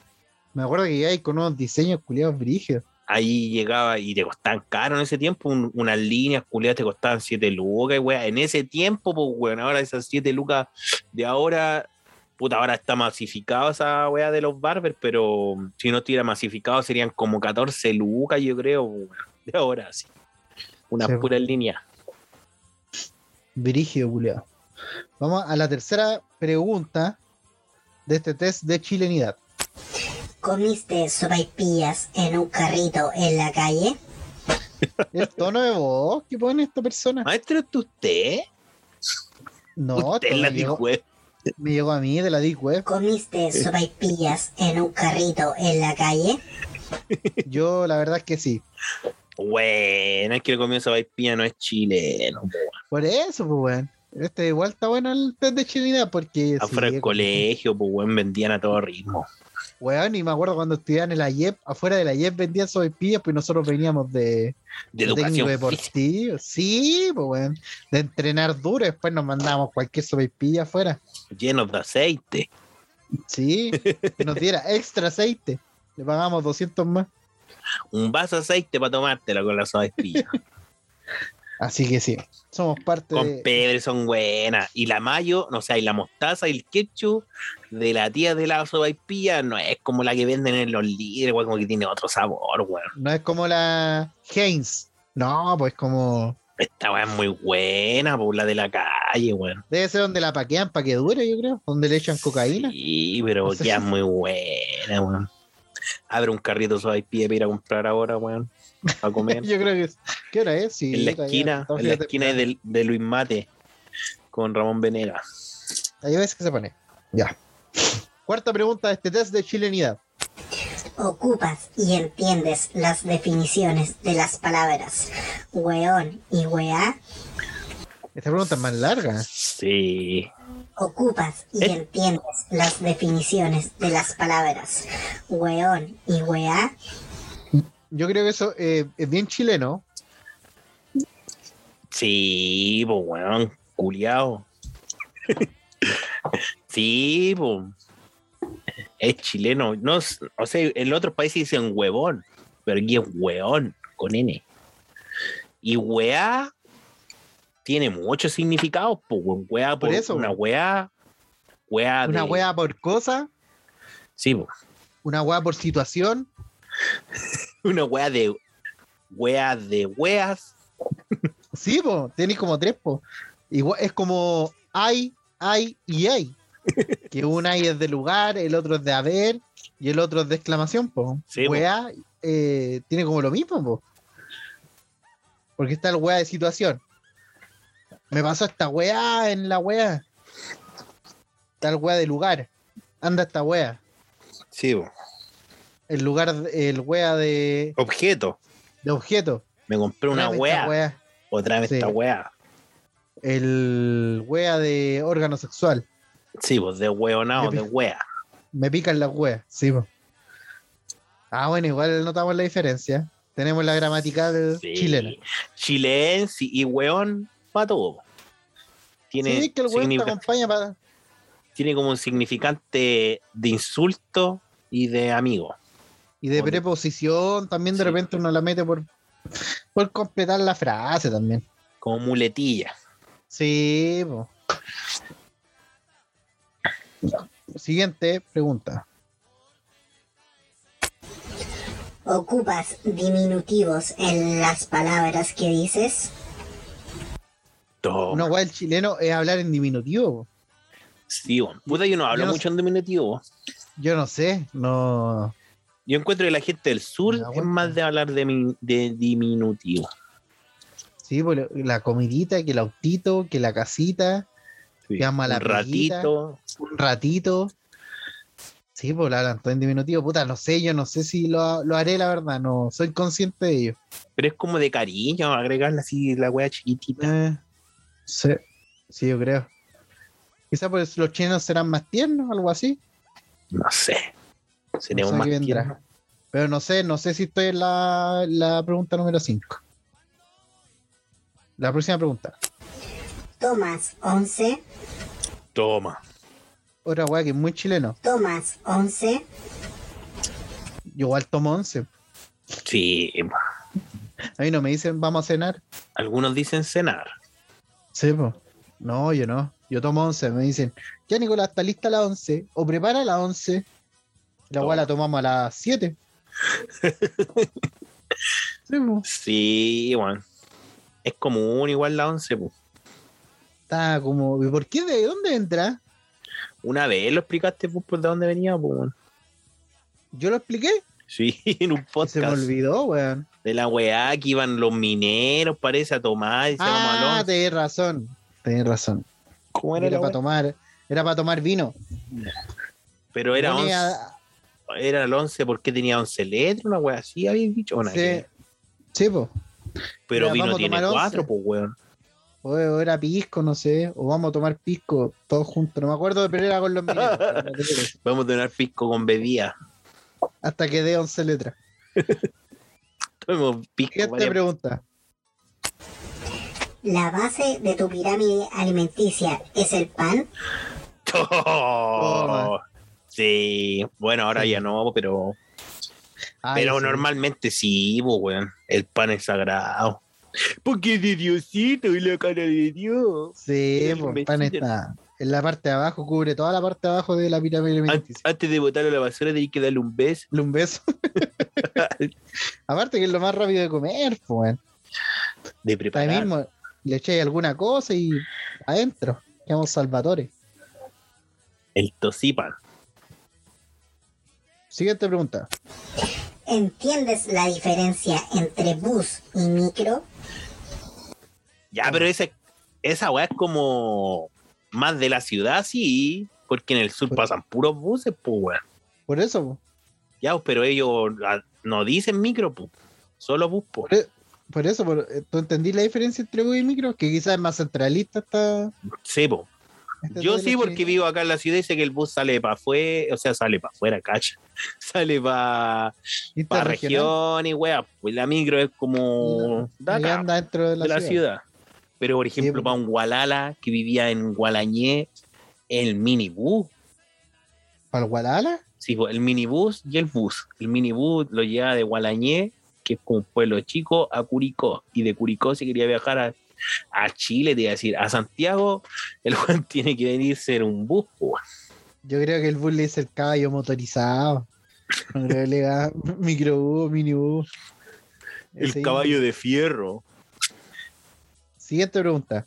[SPEAKER 2] Me acuerdo que ya hay con unos diseños culiados brígidos.
[SPEAKER 3] Ahí llegaba y te costaban caro en ese tiempo, un- unas líneas culiadas te costaban 7 lucas, y weón. En ese tiempo, pues, weón, ahora esas 7 lucas de ahora, puta, ahora está masificado esa weá de los barbers, pero si no estuviera masificado serían como 14 lucas, yo creo, weón, de ahora, sí. Una
[SPEAKER 2] Sí.
[SPEAKER 3] pura línea.
[SPEAKER 2] Brígido, culiado. Vamos a la tercera pregunta de este test de chilenidad.
[SPEAKER 6] ¿Comiste sopaipillas en un carrito en la calle?
[SPEAKER 2] El tono de voz que pone esta persona.
[SPEAKER 3] Maestro, ¿es usted?
[SPEAKER 2] No,
[SPEAKER 3] Ah, usted
[SPEAKER 2] esto
[SPEAKER 3] la
[SPEAKER 2] me, llegó,
[SPEAKER 3] dijo, eh.
[SPEAKER 2] me llegó a mí de la Deep Web.
[SPEAKER 6] ¿Comiste sopaipillas en un carrito en la calle?
[SPEAKER 2] Yo, la verdad es que sí.
[SPEAKER 3] Bueno, es que el comienzo de Vaipilla no es chileno. po.
[SPEAKER 2] Por eso, pues, weón. Este igual está bueno el test de chilenidad porque.
[SPEAKER 3] Afuera
[SPEAKER 2] sí,
[SPEAKER 3] del colegio, pues, weón, vendían a todo ritmo.
[SPEAKER 2] Weón, y me acuerdo cuando estudiaban en la YEP, E afuera de la YEP vendían sopaipillas, pues nosotros veníamos de,
[SPEAKER 3] De
[SPEAKER 2] de técnico
[SPEAKER 3] educación física.
[SPEAKER 2] deportivo. Sí, pues weón. De entrenar duro, después nos mandábamos cualquier sopaipilla afuera.
[SPEAKER 3] llenos de aceite.
[SPEAKER 2] Sí, que nos diera extra aceite. Le pagamos 200 más.
[SPEAKER 3] Un vaso de aceite para tomártela con la soda espilla.
[SPEAKER 2] Así que sí, somos parte
[SPEAKER 3] con
[SPEAKER 2] de.
[SPEAKER 3] pebre son buenas. Y la mayo, no sé, y la mostaza y el ketchup de la tía de la soda espilla no es como la que venden en los líderes, weón, como que tiene otro sabor, weón.
[SPEAKER 2] No es como la Heinz. No, pues como.
[SPEAKER 3] Esta weón es muy buena, por la de la calle, weón.
[SPEAKER 2] Debe ser donde la paquean para que dure, yo creo. Donde le echan cocaína.
[SPEAKER 3] Sí, pero
[SPEAKER 2] No sé.
[SPEAKER 3] ya es muy buena, weón. Abre un carrito de soda espilla para ir a comprar ahora, weón. A comer.
[SPEAKER 2] Yo creo que es. ¿Qué hora es? Sí,
[SPEAKER 3] en la
[SPEAKER 2] todavía
[SPEAKER 3] esquina,
[SPEAKER 2] estamos
[SPEAKER 3] en la
[SPEAKER 2] ya
[SPEAKER 3] esquina
[SPEAKER 2] temprano.
[SPEAKER 3] de, de Luis Mate con Ramón Venegas.
[SPEAKER 2] Ahí ves que se pone. Ya. Cuarta pregunta de este test de chilenidad.
[SPEAKER 6] Ocupas y entiendes las definiciones de las palabras weón y weá.
[SPEAKER 2] Esta pregunta es más larga.
[SPEAKER 3] Sí.
[SPEAKER 6] Ocupas y
[SPEAKER 3] Eh.
[SPEAKER 6] entiendes las definiciones de las palabras weón y weá.
[SPEAKER 2] Yo creo que eso eh, es bien chileno.
[SPEAKER 3] Sí, pues weón, culiao. sí, pues. Es chileno. No, s- o sea, en otros países dicen huevón, pero aquí es weón, con N. Y weá tiene muchos significados, pues weón. Weá por,
[SPEAKER 2] Por eso,
[SPEAKER 3] Una
[SPEAKER 2] weón.
[SPEAKER 3] weá. Weá
[SPEAKER 2] Una
[SPEAKER 3] de-
[SPEAKER 2] wea por cosa,
[SPEAKER 3] Sí, po.
[SPEAKER 2] una wea por situación.
[SPEAKER 3] Una weá de. Weá de weas.
[SPEAKER 2] Sí, po, tenéis como tres, po. Igual, es como hay, hay y hay. Que un hay es de lugar, el otro es de haber y el otro es de exclamación, po.
[SPEAKER 3] Sí, po.
[SPEAKER 2] wea eh, tiene como lo mismo, po. Porque está el wea de situación. Me pasó esta wea en la wea. Está el wea de lugar. Anda esta wea.
[SPEAKER 3] Sí, po.
[SPEAKER 2] El lugar, el wea de,
[SPEAKER 3] Objeto.
[SPEAKER 2] de objeto.
[SPEAKER 3] Me compré una
[SPEAKER 2] Tráeme
[SPEAKER 3] weá.
[SPEAKER 2] esta wea.
[SPEAKER 3] Otra vez
[SPEAKER 2] Sí.
[SPEAKER 3] esta weá.
[SPEAKER 2] El wea de órgano sexual.
[SPEAKER 3] Sí, pues de hueonado, de wea.
[SPEAKER 2] Me pican las weas, sí. po. Ah, bueno, igual notamos la diferencia. Tenemos la gramatical
[SPEAKER 3] Sí.
[SPEAKER 2] chilena.
[SPEAKER 3] Chilense y weón para todo. Tiene,
[SPEAKER 2] Sí, que el weón te
[SPEAKER 3] significa-
[SPEAKER 2] acompaña para.
[SPEAKER 3] tiene como un significante de insulto y de amigo.
[SPEAKER 2] Y de
[SPEAKER 3] Oye.
[SPEAKER 2] preposición también de
[SPEAKER 3] Sí.
[SPEAKER 2] repente uno la mete por, por completar la frase también.
[SPEAKER 3] como muletilla.
[SPEAKER 2] Sí, po. Siguiente pregunta.
[SPEAKER 6] ¿Ocupas diminutivos en las palabras que dices?
[SPEAKER 3] Toma, Oh.
[SPEAKER 2] Una weá del chileno es hablar en diminutivo. po.
[SPEAKER 3] sí, bueno. Puta, yo no hablo
[SPEAKER 2] Yo no
[SPEAKER 3] mucho en diminutivo.
[SPEAKER 2] Yo no sé, no.
[SPEAKER 3] Yo encuentro que la gente del sur
[SPEAKER 2] La
[SPEAKER 3] es
[SPEAKER 2] vuelta.
[SPEAKER 3] más de hablar de, mi- de diminutivo.
[SPEAKER 2] Sí, po, lo- la comidita, que el autito, que la casita,
[SPEAKER 3] Sí.
[SPEAKER 2] Llama
[SPEAKER 3] Un
[SPEAKER 2] la amiguita.
[SPEAKER 3] ratito.
[SPEAKER 2] un ratito. Sí, pues la hablan todo en diminutivo. Puta, no sé, yo no sé si lo, lo haré, la verdad, no soy consciente de ello.
[SPEAKER 3] Pero es como de cariño, agregarle así la wea chiquitita.
[SPEAKER 2] Eh, sí, sí, yo creo. Quizá pues los chinos serán más tiernos, algo así.
[SPEAKER 3] No sé. Seremos
[SPEAKER 2] sé
[SPEAKER 3] más
[SPEAKER 2] qué vendrá.
[SPEAKER 3] tiernos.
[SPEAKER 2] Pero no sé, no sé si estoy en la, la pregunta número 5. La próxima pregunta.
[SPEAKER 6] ¿Tomas 11?
[SPEAKER 3] Toma.
[SPEAKER 2] Otra weá que es muy chileno.
[SPEAKER 6] ¿Tomas 11?
[SPEAKER 2] Yo igual tomo 11.
[SPEAKER 3] Sí.
[SPEAKER 2] A mí no me dicen vamos a cenar.
[SPEAKER 3] Algunos dicen cenar.
[SPEAKER 2] Sí, pues. No, yo no. Yo tomo 11. Me dicen, ya Nicolás, está lista la 11. O prepara la 11. La weá
[SPEAKER 3] Toma.
[SPEAKER 2] la tomamos a las 7. sí, po.
[SPEAKER 3] Sí, bueno. Es común igual la once. po.
[SPEAKER 2] Está como, ¿y por qué? ¿De dónde entra?
[SPEAKER 3] Una vez lo explicaste pues, por de dónde venía, pues, bueno.
[SPEAKER 2] Yo lo expliqué.
[SPEAKER 3] Sí, en un
[SPEAKER 2] y Se me
[SPEAKER 3] podcast.
[SPEAKER 2] olvidó, weón.
[SPEAKER 3] De la weá que iban los mineros, parece, a tomar. Y se
[SPEAKER 2] Ah,
[SPEAKER 3] llama Alonso.
[SPEAKER 2] tenés razón. Tenés razón.
[SPEAKER 3] ¿Cómo
[SPEAKER 2] Era,
[SPEAKER 3] era la
[SPEAKER 2] para
[SPEAKER 3] weá?
[SPEAKER 2] tomar, era para tomar vino.
[SPEAKER 3] Pero era
[SPEAKER 2] Pone
[SPEAKER 3] 11.
[SPEAKER 2] a-
[SPEAKER 3] Era el 11 porque tenía 11 letras, una weá así, habéis dicho. Una
[SPEAKER 2] sí,
[SPEAKER 3] que-
[SPEAKER 2] sí, po.
[SPEAKER 3] Pero
[SPEAKER 2] Mira,
[SPEAKER 3] vino
[SPEAKER 2] vamos a
[SPEAKER 3] tiene
[SPEAKER 2] tomar
[SPEAKER 3] 4,
[SPEAKER 2] 11.
[SPEAKER 3] pues weón.
[SPEAKER 2] O, o era pisco, no sé. O vamos a tomar pisco todos juntos. No me acuerdo, pero era con los mineros.
[SPEAKER 3] Vamos a tener pisco con bebida.
[SPEAKER 2] Hasta que dé 11 letras.
[SPEAKER 3] Tomemos pisco.
[SPEAKER 2] Siguiente
[SPEAKER 3] varias-
[SPEAKER 2] pregunta.
[SPEAKER 6] ¿La base de tu pirámide alimenticia es el pan?
[SPEAKER 3] Oh, sí, bueno, ahora ya no, pero,
[SPEAKER 2] Ay,
[SPEAKER 3] pero
[SPEAKER 2] sí.
[SPEAKER 3] normalmente sí, pues weón. El pan es sagrado. Porque es de Diosito y la cara de Dios.
[SPEAKER 2] Sí,
[SPEAKER 3] el
[SPEAKER 2] po, el
[SPEAKER 3] imbécil
[SPEAKER 2] pan
[SPEAKER 3] del-
[SPEAKER 2] está en la parte de abajo, cubre toda la parte de abajo de la pirámide
[SPEAKER 3] An-
[SPEAKER 2] alimenticia.
[SPEAKER 3] Antes de botarlo a la basura tenés que darle un beso.
[SPEAKER 2] Dale un beso. Aparte que es lo más rápido de comer, pues.
[SPEAKER 3] De
[SPEAKER 2] Ahí
[SPEAKER 3] preparar.
[SPEAKER 2] mismo le echáis alguna cosa y adentro. Quedamos salvatore.
[SPEAKER 3] El tocipan.
[SPEAKER 2] Siguiente pregunta.
[SPEAKER 6] ¿Entiendes la diferencia entre bus y micro?
[SPEAKER 3] Ya, pero ese, esa weá es como más de la ciudad, sí, porque en el sur pasan puros buses, pues weón.
[SPEAKER 2] Por eso, po.
[SPEAKER 3] Ya, pues, pero ellos ah, no dicen micro, pues. Solo bus, pues.
[SPEAKER 2] por eso, por- eh, tú entendí la diferencia entre bus y micro, que quizás es más centralista esta.
[SPEAKER 3] Sí, po.
[SPEAKER 2] esta
[SPEAKER 3] Yo
[SPEAKER 2] teoría
[SPEAKER 3] sí,
[SPEAKER 2] que-
[SPEAKER 3] porque vivo acá en la ciudad y sé que el bus sale para afuera, o sea, sale para afuera, cacha. Sale para pa
[SPEAKER 2] interregional,
[SPEAKER 3] región y weá. Pues la micro es como de
[SPEAKER 2] ahí
[SPEAKER 3] acá,
[SPEAKER 2] anda dentro de la,
[SPEAKER 3] de la ciudad. Pero, por ejemplo,
[SPEAKER 2] po.
[SPEAKER 3] para un Gualala que vivía en Gualañé, el minibús.
[SPEAKER 2] ¿Para el Guadalajara?
[SPEAKER 3] Sí, po, el minibús y el bus. El minibús lo lleva de Gualañé, que es como un pueblo chico, a Curicó. Y de Curicó, si quería viajar a, a Chile, te iba a decir, a Santiago, el Juan tiene que venirse en un bus. po, weón.
[SPEAKER 2] Yo creo que el bus le dice el caballo motorizado. No creo que le diga microbús, minibús. Ese-
[SPEAKER 3] El caballo de fierro.
[SPEAKER 2] Siguiente pregunta.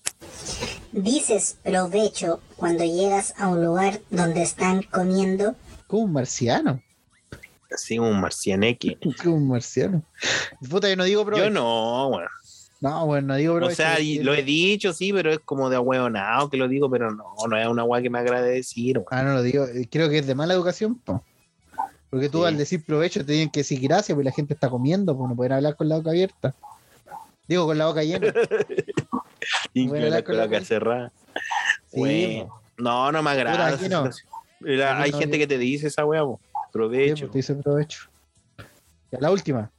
[SPEAKER 6] ¿Dices provecho cuando llegas a un lugar donde están comiendo?
[SPEAKER 2] ¿Cómo un marciano?
[SPEAKER 3] Así como un marcianeque.
[SPEAKER 2] ¿Cómo un marciano? Puta, yo no digo
[SPEAKER 3] Yo
[SPEAKER 2] provecho.
[SPEAKER 3] no, weón.
[SPEAKER 2] No, bueno, no digo
[SPEAKER 3] O
[SPEAKER 2] provecho.
[SPEAKER 3] sea, y lo he dicho, sí, pero es como de ahueonado que lo digo, pero no, no es una weá que me agrade decir. weón.
[SPEAKER 2] Ah, no lo digo. eh, Creo que es de mala educación, po. Porque tú
[SPEAKER 3] Sí.
[SPEAKER 2] al decir provecho te tienen que decir gracias, porque la gente está comiendo, pues no pueden hablar con la boca abierta. Digo, con la boca llena.
[SPEAKER 3] Y
[SPEAKER 2] Voy a
[SPEAKER 3] que
[SPEAKER 2] hablar
[SPEAKER 3] la
[SPEAKER 2] con la
[SPEAKER 3] coloca
[SPEAKER 2] weá.
[SPEAKER 3] cerrada.
[SPEAKER 2] Sí,
[SPEAKER 3] Weón.
[SPEAKER 2] po.
[SPEAKER 3] No, no me agrada.
[SPEAKER 2] Puta, aquí
[SPEAKER 3] esa
[SPEAKER 2] no.
[SPEAKER 3] situación. Mira,
[SPEAKER 2] Aquí
[SPEAKER 3] hay
[SPEAKER 2] no,
[SPEAKER 3] gente
[SPEAKER 2] yo-
[SPEAKER 3] que te dice esa weá, po.
[SPEAKER 2] Sí,
[SPEAKER 3] provecho.
[SPEAKER 2] pues, te dice provecho. Ya, la última.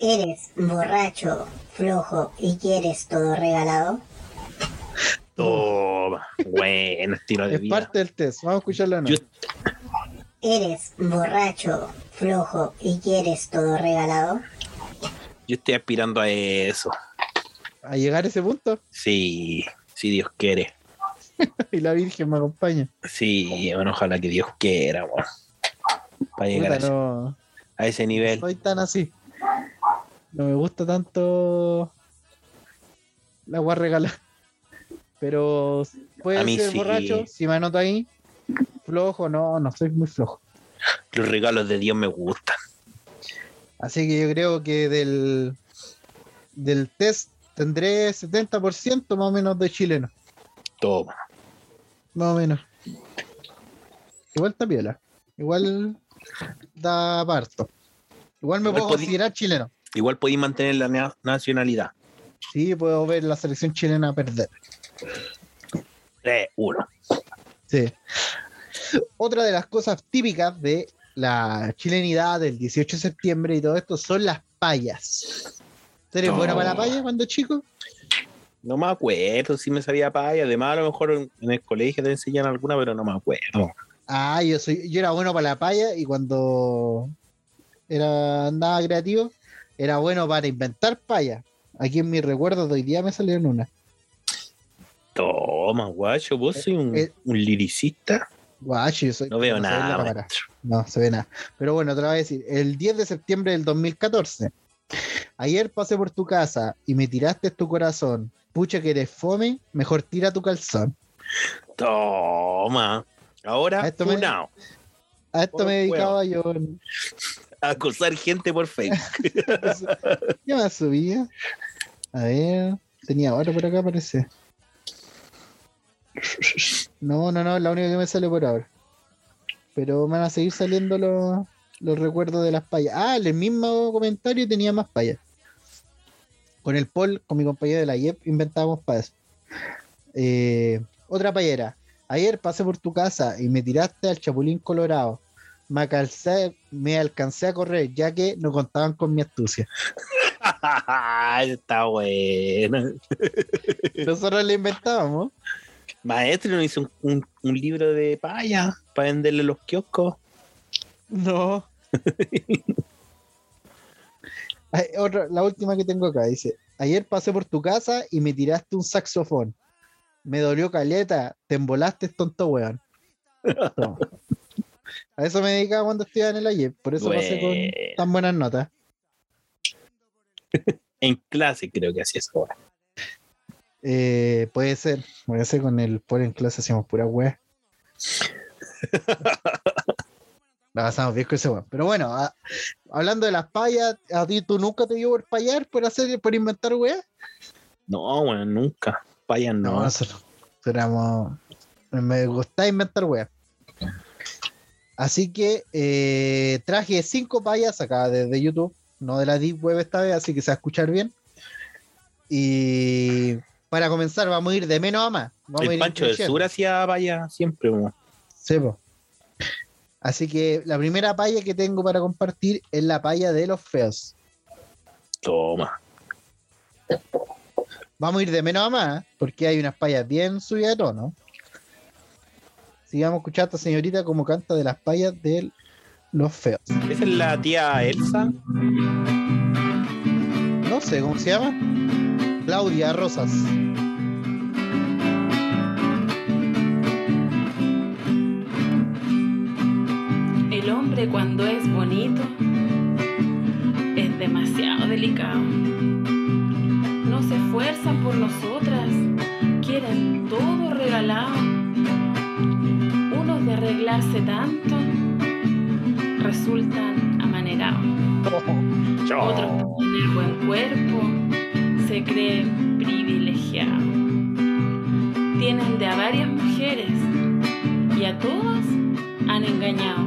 [SPEAKER 6] ¿Eres borracho, flojo y quieres todo regalado?
[SPEAKER 3] Toma, buen estilo de
[SPEAKER 2] Es
[SPEAKER 3] vida.
[SPEAKER 2] parte del test. Vamos a escucharlo de
[SPEAKER 3] Yo,
[SPEAKER 2] nuevo.
[SPEAKER 6] ¿Eres borracho, flojo y quieres todo regalado?
[SPEAKER 3] yo estoy aspirando a eso.
[SPEAKER 2] A llegar a ese punto.
[SPEAKER 3] Sí, si Dios quiere.
[SPEAKER 2] Y la Virgen me acompaña.
[SPEAKER 3] Sí, bueno, ojalá que Dios quiera, weón. Para llegar a
[SPEAKER 2] Puta,
[SPEAKER 3] ese,
[SPEAKER 2] no,
[SPEAKER 3] a ese nivel.
[SPEAKER 2] soy tan así. No me gusta tanto la voy a regalar. Pero
[SPEAKER 3] A
[SPEAKER 2] puede
[SPEAKER 3] mí
[SPEAKER 2] ser
[SPEAKER 3] sí.
[SPEAKER 2] borracho, si me anoto ahí. Flojo, no, no soy muy flojo.
[SPEAKER 3] Los regalos de Dios me gustan.
[SPEAKER 2] Así que yo creo que del, del test tendré 70% más o menos de chileno.
[SPEAKER 3] Toma.
[SPEAKER 2] Más o menos. Igual está piola. Igual da parto. Igual me
[SPEAKER 3] Igual
[SPEAKER 2] puedo
[SPEAKER 3] podí-
[SPEAKER 2] considerar chileno.
[SPEAKER 3] Igual podéis mantener la na- nacionalidad.
[SPEAKER 2] Sí, puedo ver la selección chilena perder.
[SPEAKER 3] 3-1.
[SPEAKER 2] Sí. Otra de las cosas típicas de la chilenidad del 18 de septiembre y todo esto son las payas. ¿Tú eres
[SPEAKER 3] No.
[SPEAKER 2] bueno para la paya cuando chico?
[SPEAKER 3] No me acuerdo si me sabía paya. Además, a lo mejor en, en el colegio te enseñan alguna, pero no me acuerdo.
[SPEAKER 2] Ah, yo soy, yo era bueno para la paya y cuando era andaba creativo, era bueno para inventar payas. Aquí en mis recuerdos de hoy día me salieron una.
[SPEAKER 3] Toma, guacho, vos soy un,
[SPEAKER 2] eh.
[SPEAKER 3] un liricista.
[SPEAKER 2] Guacho, yo soy.
[SPEAKER 3] No veo
[SPEAKER 2] se ve en la
[SPEAKER 3] nada,
[SPEAKER 2] cámara.
[SPEAKER 3] maestro.
[SPEAKER 2] No, se ve nada. Pero bueno, te lo voy a decir. El 10 de septiembre del 2014. Ayer pasé por tu casa y me tiraste tu corazón. Pucha que eres fome, mejor tira tu calzón.
[SPEAKER 3] Toma. Ahora,
[SPEAKER 2] A esto me-
[SPEAKER 3] funao.
[SPEAKER 2] A esto
[SPEAKER 3] Por
[SPEAKER 2] me
[SPEAKER 3] un
[SPEAKER 2] dedicaba yo. en-
[SPEAKER 3] Acosar gente por Facebook.
[SPEAKER 2] ¿Qué más subía? A ver, tenía otro por acá, parece. No, no, no, es la única que me sale por ahora. Pero me van a seguir saliendo los, los recuerdos de las payas. Ah, en el mismo comentario tenía más payas. Con el Paul, con mi compañero de la IEP, inventábamos payas. Eh, otra payera. Ayer pasé por tu casa y me tiraste al Chapulín Colorado. Me alcancé, me alcancé a correr, ya que no contaban con mi astucia.
[SPEAKER 3] Está bueno.
[SPEAKER 2] Nosotros la inventábamos.
[SPEAKER 3] Maestro, ¿no hizo un, un- un libro de paya para venderle los kioscos?
[SPEAKER 2] No. la última que tengo acá dice: Ayer pasé por tu casa y me tiraste un saxofón. Me dolió caleta, te embolaste, tonto weón. Toma. A eso me dedicaba cuando estudiaba en el ayer, por eso pasé con
[SPEAKER 3] Bueno.
[SPEAKER 2] tan buenas notas.
[SPEAKER 3] En clase creo que hacía eso.
[SPEAKER 2] Eh, puede ser, puede ser con el por en clase hacíamos pura wea. La pasamos bien con ese weón. Pero bueno, a- hablando de las payas, ¿a ti tú nunca te dio por payar, por hacer, por inventar wea?
[SPEAKER 3] No, bueno, nunca. Paya
[SPEAKER 2] No,
[SPEAKER 3] no.
[SPEAKER 2] nosotros éramos- Me gusta inventar weas. Así que eh, traje cinco payas acá desde YouTube, no de la Deep Web esta vez, así que se va a escuchar bien. Y para comenzar, vamos a ir de menos a más. Vamos a
[SPEAKER 3] el
[SPEAKER 2] ir
[SPEAKER 3] Pancho del
[SPEAKER 2] increciendo.
[SPEAKER 3] Sur hacía paya siempre. weón.
[SPEAKER 2] Sí, po. Así que la primera palla que tengo para compartir es la palla de los feos.
[SPEAKER 3] Toma.
[SPEAKER 2] Vamos a ir de menos a más, porque hay unas payas bien subidas de tono. Sigamos escuchando a esta señorita como canta de las payas de los feos.
[SPEAKER 3] Esa es la tía Elsa.
[SPEAKER 2] No sé cómo se llama. Claudia Rosas.
[SPEAKER 7] El hombre cuando es bonito es demasiado delicado. No se esfuerzan por nosotras, quieren todo regalado. Unos de arreglarse tanto resultan amanerados. Otros por tener buen cuerpo se creen privilegiados. Tienen de a varias mujeres y a todas han engañado.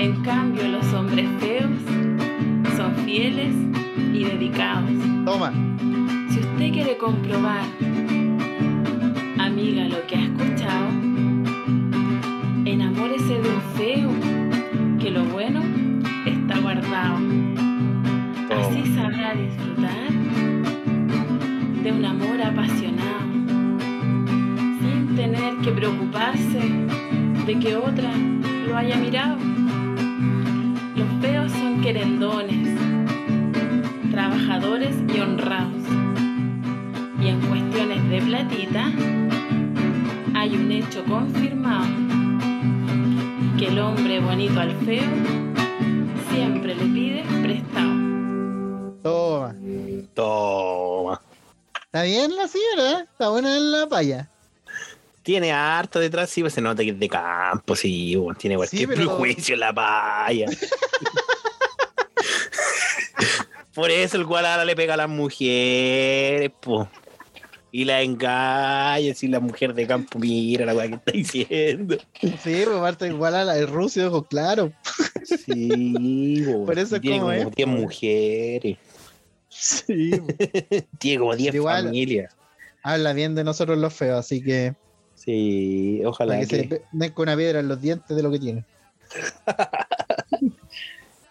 [SPEAKER 7] En cambio, los hombres feos son fieles y dedicados.
[SPEAKER 2] Toma.
[SPEAKER 7] Si usted quiere comprobar, amiga, lo que ha escuchado, enamórese de un feo, que lo bueno está guardado. disfrutar de un amor apasionado, sin tener que preocuparse de que otra lo haya mirado. Los feos son querendones, trabajadores y honrados. Y en cuestiones de platita, hay un hecho confirmado, que el hombre bonito al feo siempre le pide prestado.
[SPEAKER 2] Toma.
[SPEAKER 3] Toma.
[SPEAKER 2] Está bien la señora, ¿eh? está buena en la paya.
[SPEAKER 3] Tiene harto detrás, sí, pues se nota que es de campo, sí, bueno, tiene cualquier
[SPEAKER 2] Sí, pero-
[SPEAKER 3] prejuicio la paya. Por eso el Guadalajara le pega a las mujeres, po. Y la engaña, si la mujer de campo mira la weá que está diciendo.
[SPEAKER 2] Sí, pues aparte igual a la de Rusia, ojo, claro.
[SPEAKER 3] Sí, po.
[SPEAKER 2] Por eso es
[SPEAKER 3] tiene
[SPEAKER 2] como
[SPEAKER 3] como
[SPEAKER 2] es,
[SPEAKER 3] 10 mujeres,
[SPEAKER 2] Sí. pues.
[SPEAKER 3] tiene como 10
[SPEAKER 2] Igual.
[SPEAKER 3] familias.
[SPEAKER 2] Habla bien de nosotros los feos, así que
[SPEAKER 3] Sí, ojalá
[SPEAKER 2] para que
[SPEAKER 3] que,
[SPEAKER 2] se le pe- den con una piedra en los dientes de lo que tiene.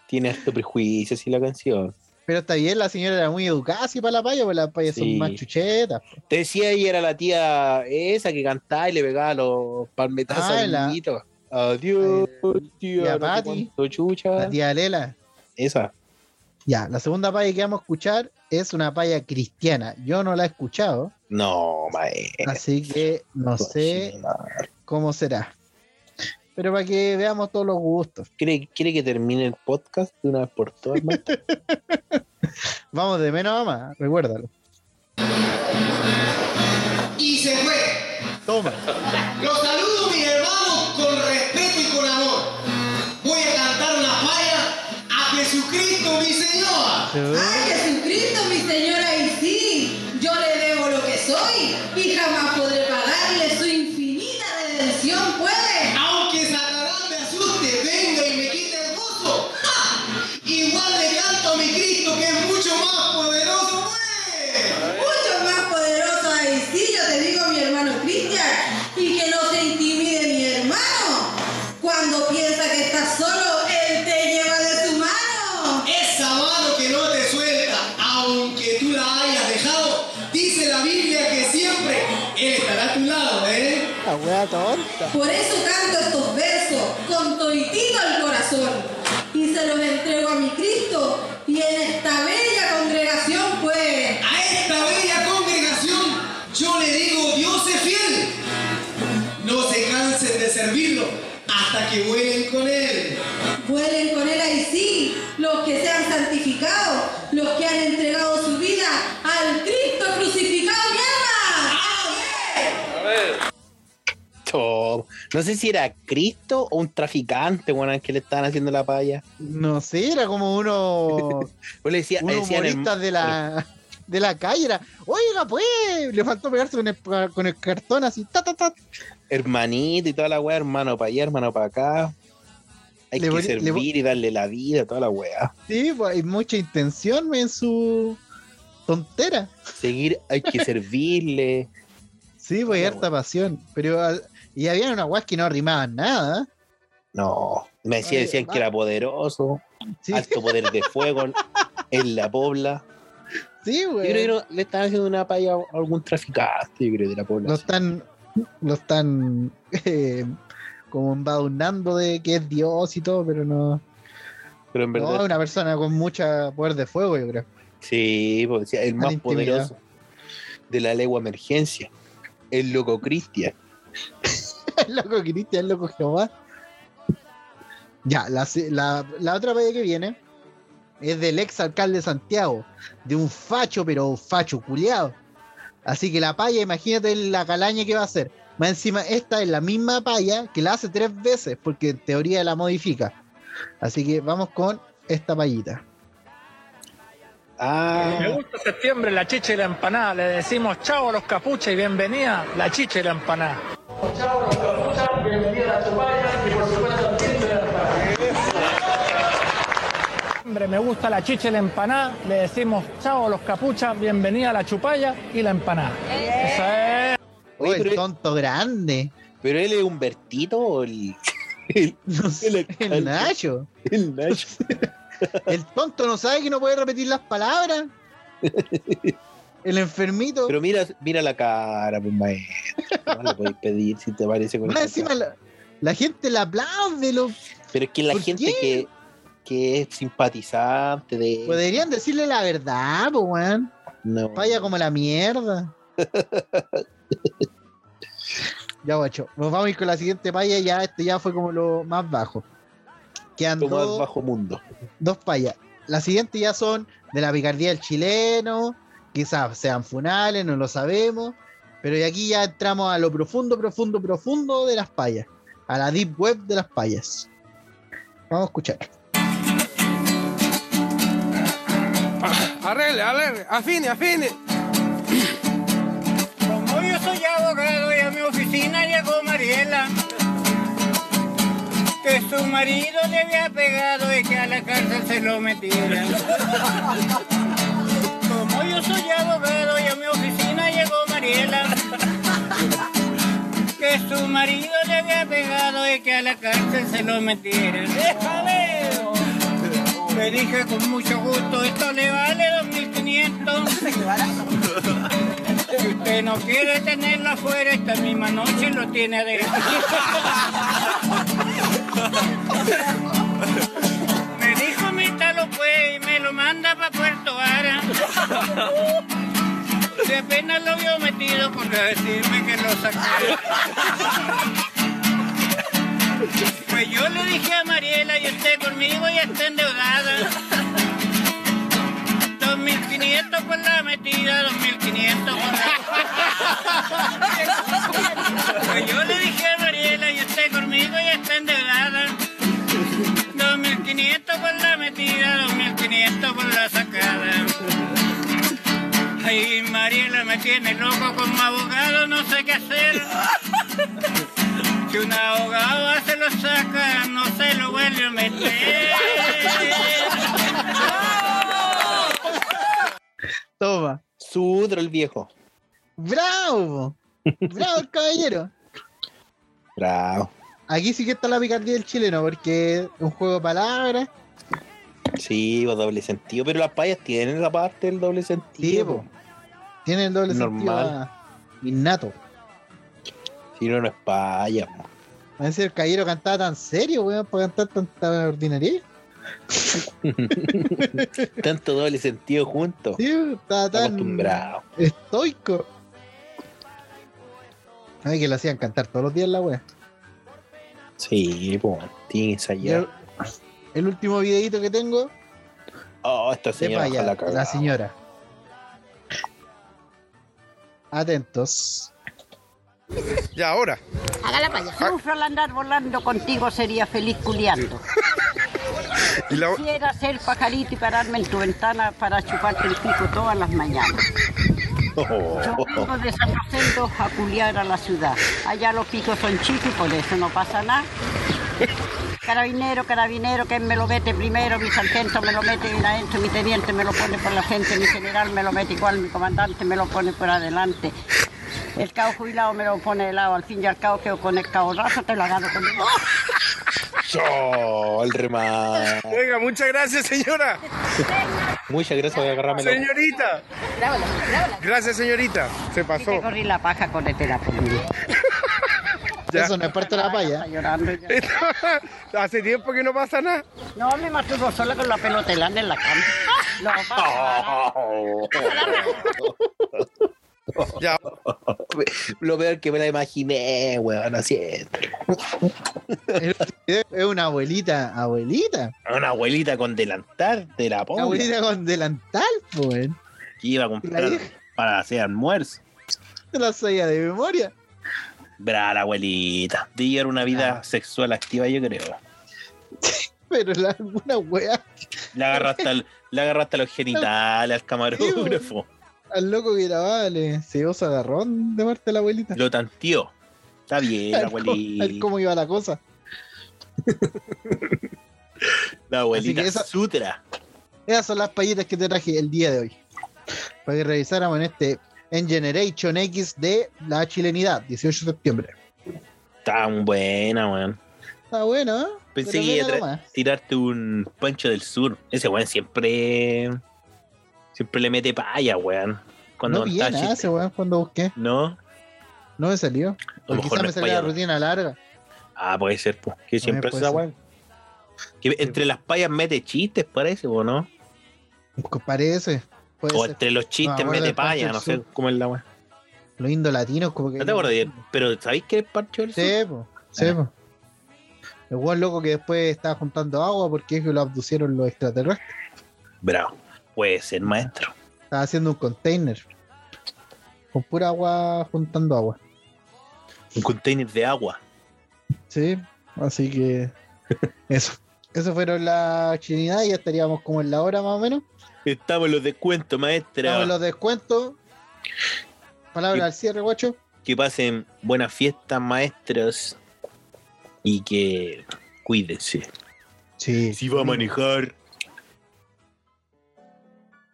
[SPEAKER 3] tiene harto prejuicio, sí, la canción.
[SPEAKER 2] Pero está bien, la señora era muy educada así para la paya, pues las payas
[SPEAKER 3] Sí.
[SPEAKER 2] son más chuchetas.
[SPEAKER 3] Te decía y era la tía esa que cantaba y le pegaba los palmetazos
[SPEAKER 2] Ah,
[SPEAKER 3] al
[SPEAKER 2] la-
[SPEAKER 3] niñito. Adiós, tía.
[SPEAKER 2] la
[SPEAKER 3] no sé
[SPEAKER 2] Pati.
[SPEAKER 3] cuánto, chucha.
[SPEAKER 2] La tía Lela.
[SPEAKER 3] Esa.
[SPEAKER 2] Ya, la segunda paya que vamos a escuchar es una paya cristiana. Yo no la he escuchado,
[SPEAKER 3] No, maestro.
[SPEAKER 2] así que no
[SPEAKER 3] Pues
[SPEAKER 2] sé cómo será. Pero para que veamos todos los gustos.
[SPEAKER 3] ¿Quiere, quiere que termine el podcast de una vez por todas? maestro?
[SPEAKER 2] Vamos de menos a más, recuérdalo.
[SPEAKER 8] y se fue.
[SPEAKER 2] Toma.
[SPEAKER 8] Los saludo, mis hermanos, con respeto y con amor. Voy a cantar una falla a Jesucristo, mi Señor.
[SPEAKER 9] ¡Ay, Jesucristo, mi señora! Y sí, yo le debo lo que soy y jamás podré pagarle su infinita redención, pues.
[SPEAKER 8] Aunque Satanás me asuste, venga y me quite el gozo. ¡ja! Igual le canto a mi Cristo, que es mucho más poderoso, pues.
[SPEAKER 9] Mucho más poderoso, ahí sí, yo te digo, mi hermano Cristian, y que no se intimide mi hermano. Cuando piensa que estás solo, él te lleva de su mano.
[SPEAKER 8] Esa mano que no te suelta, aunque tú la hayas dejado, dice la Biblia que siempre Él estará a tu lado, ¿eh?
[SPEAKER 2] La wea tonta.
[SPEAKER 9] Por eso canto estos versos con toitito el corazón y se los entrego a mi Cristo y en esta bella congregación pues
[SPEAKER 8] A esta bella congregación yo le digo, Dios es fiel. No se cansen de servirlo hasta que vuelen con Él.
[SPEAKER 9] vuelen con él ahí sí los que se han santificado, los que han entregado su vida al Cristo crucificado, mi alma.
[SPEAKER 3] Tom. No sé si era Cristo o un traficante, bueno, al que le estaban haciendo la paya.
[SPEAKER 2] No sé, era como uno
[SPEAKER 3] Pues le decía,
[SPEAKER 2] un
[SPEAKER 3] le decían el-
[SPEAKER 2] humorista de la de la calle era, oiga pues, le faltó pegarse con el, con el cartón así, ta ta ta.
[SPEAKER 3] hermanito y toda la weá, hermano para allá, hermano para acá. Hay
[SPEAKER 2] Le
[SPEAKER 3] que
[SPEAKER 2] voy- le
[SPEAKER 3] servir
[SPEAKER 2] voy-
[SPEAKER 3] y darle la vida, toda la weá.
[SPEAKER 2] Sí, pues, hay mucha intención en su tontera.
[SPEAKER 3] seguir, hay que servirle.
[SPEAKER 2] Sí, pues
[SPEAKER 3] Ah,
[SPEAKER 2] harta pasión. Pero al- y había unas weas que no rimaban nada.
[SPEAKER 3] No, me decía-
[SPEAKER 2] Oye,
[SPEAKER 3] decían
[SPEAKER 2] va.
[SPEAKER 3] que era poderoso,
[SPEAKER 2] Sí,
[SPEAKER 3] alto poder de fuego en- en la pobla.
[SPEAKER 2] sí,
[SPEAKER 3] Yo creo que
[SPEAKER 2] güey.
[SPEAKER 3] no- le estaban haciendo una paya a algún traficante, yo creo, de la
[SPEAKER 2] Lo
[SPEAKER 3] pobla.
[SPEAKER 2] están, lo están eh, como embadurnando de que es Dios y todo, pero no.
[SPEAKER 3] Pero en
[SPEAKER 2] No, es
[SPEAKER 3] verdad,
[SPEAKER 2] una persona con mucha poder de fuego, yo creo.
[SPEAKER 3] sí, pues, decía, el más
[SPEAKER 2] intimidado.
[SPEAKER 3] poderoso de la legua emergencia, el loco Cristian.
[SPEAKER 2] El loco Cristian, el loco Jehová. Ya, la, se- la, la otra paya que viene es del ex alcalde de Santiago, de un facho, pero un facho culiado. Así que la paya, imagínate la calaña que va a hacer. Más encima, esta es la misma paya que la hace tres veces, porque en teoría la modifica. Así que vamos con esta payita.
[SPEAKER 10] Me
[SPEAKER 3] Ah,
[SPEAKER 10] gusta septiembre, la chicha y la empanada. Le decimos chao a los capuches y bienvenida la chicha y la empanada. Hombre, me gusta la chicha y la empanada. Le decimos chao a los capuchas, bienvenida la chupalla y la empanada. Esa es.
[SPEAKER 2] Oye,
[SPEAKER 3] pero-
[SPEAKER 2] el tonto grande.
[SPEAKER 3] pero él es Humbertito o el. el-
[SPEAKER 2] No sé,
[SPEAKER 3] El alcalde.
[SPEAKER 2] el Nacho.
[SPEAKER 3] el Nacho?
[SPEAKER 2] El tonto no sabe que no puede repetir las palabras. El enfermito.
[SPEAKER 3] Pero mira, mira la cara, pues maestro. No la podéis pedir si te parece con
[SPEAKER 2] Más
[SPEAKER 3] esa
[SPEAKER 2] encima
[SPEAKER 3] cara.
[SPEAKER 2] la, la gente la aplaude. Lo,
[SPEAKER 3] Pero es que la
[SPEAKER 2] ¿Por
[SPEAKER 3] gente
[SPEAKER 2] qué?
[SPEAKER 3] que, que es simpatizante de.
[SPEAKER 2] podrían decirle la verdad, po, weón.
[SPEAKER 3] No.
[SPEAKER 2] Vaya como la mierda. ya, guacho. Nos vamos a ir con la siguiente paya. Ya, este ya fue como lo más bajo. Quedan
[SPEAKER 3] Como
[SPEAKER 2] dos,
[SPEAKER 3] al bajo mundo.
[SPEAKER 2] dos payas. Las siguientes ya son de la picardía del chileno. Quizás sean funales, no lo sabemos. Pero de aquí ya entramos a lo profundo, profundo, profundo de las payas. A la deep web de las payas. Vamos a escuchar.
[SPEAKER 11] Arregle, arregle, afine, afine.
[SPEAKER 12] Como yo soy abogado y a mi oficina llegó Mariela, que su marido le había pegado y que a la cárcel se lo metiera. Como yo soy abogado y a mi oficina llegó Mariela, que su marido le había pegado y que a la cárcel se lo metiera. ¡Déjame! Le dije con mucho gusto, esto le vale 2.500. Si usted no quiere tenerlo afuera, esta misma noche lo tiene adentro. Me dijo mítalo pues y me lo manda para Puerto Vara. Si apenas lo vio metido por decirme que lo sacara. Pues yo le dije a Mariela y usted conmigo ya está endeudada. 2500 por la metida, 2500 por la. Pues yo le dije a Mariela y usted conmigo ya está endeudada. 2500 por la metida, 2500 por la sacada. Ay, Mariela me tiene loco como abogado, no sé qué hacer. Si un abogado se lo saca, no se lo vuelve a meter.
[SPEAKER 2] Toma.
[SPEAKER 3] Sudro el viejo.
[SPEAKER 2] ¡Bravo! ¡Bravo el caballero!
[SPEAKER 3] Bravo.
[SPEAKER 2] Aquí sí que está la picardía del chileno, porque es un juego de palabras.
[SPEAKER 3] Sí, pues, doble sentido. Pero las payas tienen la parte del doble sentido.
[SPEAKER 2] po. Tiene el doble sentido
[SPEAKER 3] Normal.
[SPEAKER 2] ah, innato.
[SPEAKER 3] Si no, no es paya. po.
[SPEAKER 2] A veces el caballero cantaba tan serio, weón, para cantar tanta ordinaria.
[SPEAKER 3] Tanto doble sentido juntos.
[SPEAKER 2] Sí, estaba tan
[SPEAKER 3] Acostumbrado.
[SPEAKER 2] estoico. Ay, que lo hacían cantar todos los días la wea.
[SPEAKER 3] Sí, pues, tiene que ensayar.
[SPEAKER 2] El último videito que tengo,
[SPEAKER 3] Oh, esta señora
[SPEAKER 2] paya,
[SPEAKER 3] baja la cagada.
[SPEAKER 2] la señora. Atentos.
[SPEAKER 13] Ya ahora.
[SPEAKER 14] Hágala para allá. Sufro al andar volando contigo, sería feliz culiando.
[SPEAKER 13] Y la-
[SPEAKER 14] Quisiera ser pajarito y pararme en tu ventana para chuparte el pico todas las mañanas. Yo vengo de San Rosendo a culiar a la ciudad. Allá los picos son chicos y por eso no pasa nada. Carabinero, carabinero, que me lo mete primero, mi sargento me lo mete bien adentro, mi teniente me lo pone por la gente, mi general me lo mete igual, mi comandante me lo pone por adelante. El cabo jubilado me lo pone de lado, al fin y al cabo quedo con el cabo raso, te lo agarro con el...
[SPEAKER 3] Yo, el remate.
[SPEAKER 13] Venga, muchas gracias, señora.
[SPEAKER 3] Muchas gracias por agarrarme la-
[SPEAKER 13] Señorita. Gracias, señorita. Se pasó.
[SPEAKER 14] que corrí la paja con el teléfono.
[SPEAKER 2] Eso no es parte de la paya.
[SPEAKER 13] Hace tiempo que no pasa nada.
[SPEAKER 14] No, me masturbo sola con la pelotelana en la cama. No,
[SPEAKER 13] Ya.
[SPEAKER 3] Lo peor que me la imaginé, weón, siempre.
[SPEAKER 2] Es una abuelita, abuelita.
[SPEAKER 3] Una abuelita con delantal de la
[SPEAKER 2] Una
[SPEAKER 3] pobre
[SPEAKER 2] abuelita con delantal, po, weón.
[SPEAKER 3] que iba a comprar
[SPEAKER 2] La vieja.
[SPEAKER 3] para hacer almuerzo.
[SPEAKER 2] Te la sabía de memoria.
[SPEAKER 3] Bra, la abuelita. De llevar una vida sexual activa, yo creo.
[SPEAKER 2] Pero la, una wea
[SPEAKER 3] Le agarraste, al- le agarraste los genitales al camarógrafo.
[SPEAKER 2] al loco que grababa le se dio agarrón de parte de la abuelita.
[SPEAKER 3] Lo tanteó. Está bien, la
[SPEAKER 2] A ver cómo- a ver
[SPEAKER 3] abuelita.
[SPEAKER 2] cómo iba la cosa.
[SPEAKER 3] La abuelita
[SPEAKER 2] Así que esa-
[SPEAKER 3] sutra.
[SPEAKER 2] Esas son las payitas que te traje el día de hoy. Para que revisáramos en este en Generation X de la chilenidad, 18 de septiembre.
[SPEAKER 3] Tan buena, weón.
[SPEAKER 2] Está bueno, ¿eh?
[SPEAKER 3] Pensé
[SPEAKER 2] Pero
[SPEAKER 3] que iba a
[SPEAKER 2] mira
[SPEAKER 3] tra-
[SPEAKER 2] nomás.
[SPEAKER 3] tirarte un pancho del sur. Ese weón siempre. Siempre le mete paya, weón. Cuando
[SPEAKER 2] no ah, vi
[SPEAKER 3] contaba
[SPEAKER 2] nada
[SPEAKER 3] chistes.
[SPEAKER 2] ese weón cuando busqué.
[SPEAKER 3] No,
[SPEAKER 2] No me salió.
[SPEAKER 3] a
[SPEAKER 2] O
[SPEAKER 3] lo mejor
[SPEAKER 2] quizás
[SPEAKER 3] no
[SPEAKER 2] me
[SPEAKER 3] es
[SPEAKER 2] salió la
[SPEAKER 3] paya.
[SPEAKER 2] rutina larga.
[SPEAKER 3] Ah, puede ser, pues. Que siempre es
[SPEAKER 2] puede
[SPEAKER 3] esa
[SPEAKER 2] ser. pues.
[SPEAKER 3] weón. Que entre las payas mete chistes, parece, o no.
[SPEAKER 2] Co- Parece. Puede
[SPEAKER 3] o
[SPEAKER 2] ser.
[SPEAKER 3] entre los chistes
[SPEAKER 2] No,
[SPEAKER 3] mete
[SPEAKER 2] del Parche
[SPEAKER 3] paya,
[SPEAKER 2] del
[SPEAKER 3] no sé
[SPEAKER 2] Sur.
[SPEAKER 3] cómo es la weón.
[SPEAKER 2] Los indolatinos, como que.
[SPEAKER 3] No te acuerdas, bien, pero ¿sabéis que es Parche del
[SPEAKER 2] Sí,
[SPEAKER 3] Sur?
[SPEAKER 2] po, sí, po. El weón loco que después estaba juntando agua porque es que lo abducieron los extraterrestres.
[SPEAKER 3] Bravo. Puede ser, maestro.
[SPEAKER 2] Estaba haciendo un container. Con pura agua juntando agua.
[SPEAKER 3] Un container de agua.
[SPEAKER 2] Sí, así que eso. Eso fueron las chininidades, ya estaríamos como en la hora más o menos.
[SPEAKER 3] Estamos en los descuentos, maestra.
[SPEAKER 2] Damos los descuentos. Palabra al cierre, guacho.
[SPEAKER 3] Que pasen buenas fiestas, maestros. Y que cuídense.
[SPEAKER 2] Sí.
[SPEAKER 3] Si va a manejar,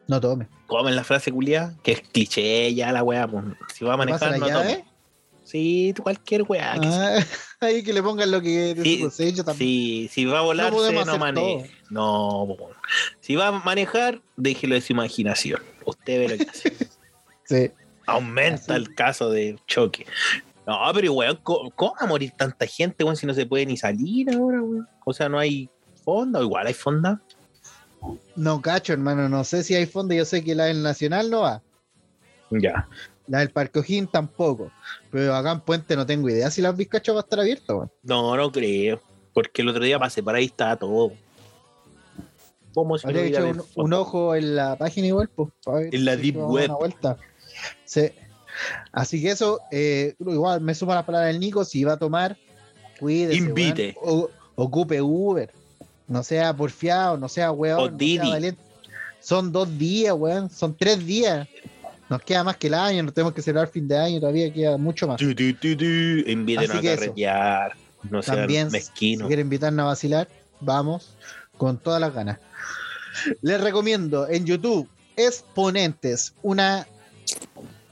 [SPEAKER 2] No tome.
[SPEAKER 3] comen la frase culiada, que es cliché ya la weá. pues. Si va a
[SPEAKER 2] pasa la
[SPEAKER 3] manejar, no
[SPEAKER 2] llave?
[SPEAKER 3] tome. Sí, cualquier weá. que sea.
[SPEAKER 2] Ah, ahí que le pongan lo que de su
[SPEAKER 3] Sí,
[SPEAKER 2] cosecha también.
[SPEAKER 3] Si, si va a volar,
[SPEAKER 2] No podemos
[SPEAKER 3] no,
[SPEAKER 2] hacer
[SPEAKER 3] maneje. No, po. si va a manejar, déjelo de su imaginación. Usted ve lo que hace.
[SPEAKER 2] Sí.
[SPEAKER 3] Aumenta el caso de choque. No, pero weón, co- ¿cómo va a morir tanta gente, weón, si no se puede ni salir ahora, weón? O sea, no hay fonda, o igual hay fonda.
[SPEAKER 2] No cacho, hermano. No sé si hay fondo. Yo sé que la del Nacional no va.
[SPEAKER 3] Ya.
[SPEAKER 2] La del Parque O'Higgins tampoco. Pero acá en Puente no tengo idea si las bizcachas va a estar abierta, weón.
[SPEAKER 3] No, no creo. Porque el otro día pasé por ahí estaba todo. ¿Cómo se
[SPEAKER 2] Habría que
[SPEAKER 3] olvida
[SPEAKER 2] echar
[SPEAKER 3] de
[SPEAKER 2] un,
[SPEAKER 3] fonda?
[SPEAKER 2] un ojo en la página igual, pues, para ver
[SPEAKER 3] En la
[SPEAKER 2] si
[SPEAKER 3] deep
[SPEAKER 2] vamos a
[SPEAKER 3] web.
[SPEAKER 2] dar una vuelta. Sí. Así que eso, eh, igual me suma la palabra del Nico, si va a tomar, cuídese.
[SPEAKER 3] Invite.
[SPEAKER 2] weón. O- ocupe Uber. No sea porfiado, no sea weón.
[SPEAKER 3] O
[SPEAKER 2] no sea
[SPEAKER 3] Didi.
[SPEAKER 2] valiente. Son dos días, weón. Son tres días. Nos queda más que el año, nos tenemos que celebrar fin de año, todavía queda mucho más.
[SPEAKER 3] Tu, tu, tu, tu. Inviten
[SPEAKER 2] Así
[SPEAKER 3] a
[SPEAKER 2] que eso.
[SPEAKER 3] carretear. No sean
[SPEAKER 2] También, si
[SPEAKER 3] mezquinos.
[SPEAKER 2] quieren invitarnos a vacilar, vamos con todas las ganas. Les recomiendo en YouTube Exponentes, una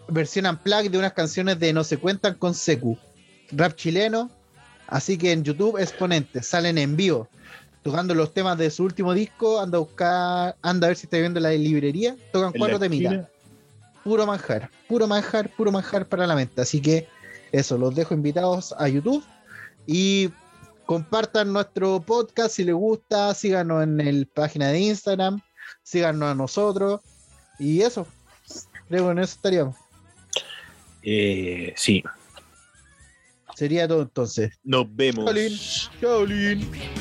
[SPEAKER 2] versión unplugged de unas canciones de No se cuentan con Secu, rap chileno. Así que en YouTube Exponentes salen en vivo tocando los temas de su último disco. Anda a buscar, anda a ver si está viendo la librería. Tocan
[SPEAKER 3] En
[SPEAKER 2] cuatro
[SPEAKER 3] la
[SPEAKER 2] temitas.
[SPEAKER 3] esquina.
[SPEAKER 2] Puro manjar, puro manjar, puro manjar para la mente. Así que eso, los dejo invitados a YouTube y compartan nuestro podcast si les gusta, síganos en el página de Instagram, síganos a nosotros y eso. Creo que en eso estaríamos.
[SPEAKER 3] Eh, sí.
[SPEAKER 2] Sería todo entonces.
[SPEAKER 3] Nos vemos.
[SPEAKER 2] Chaolín. Chaolín.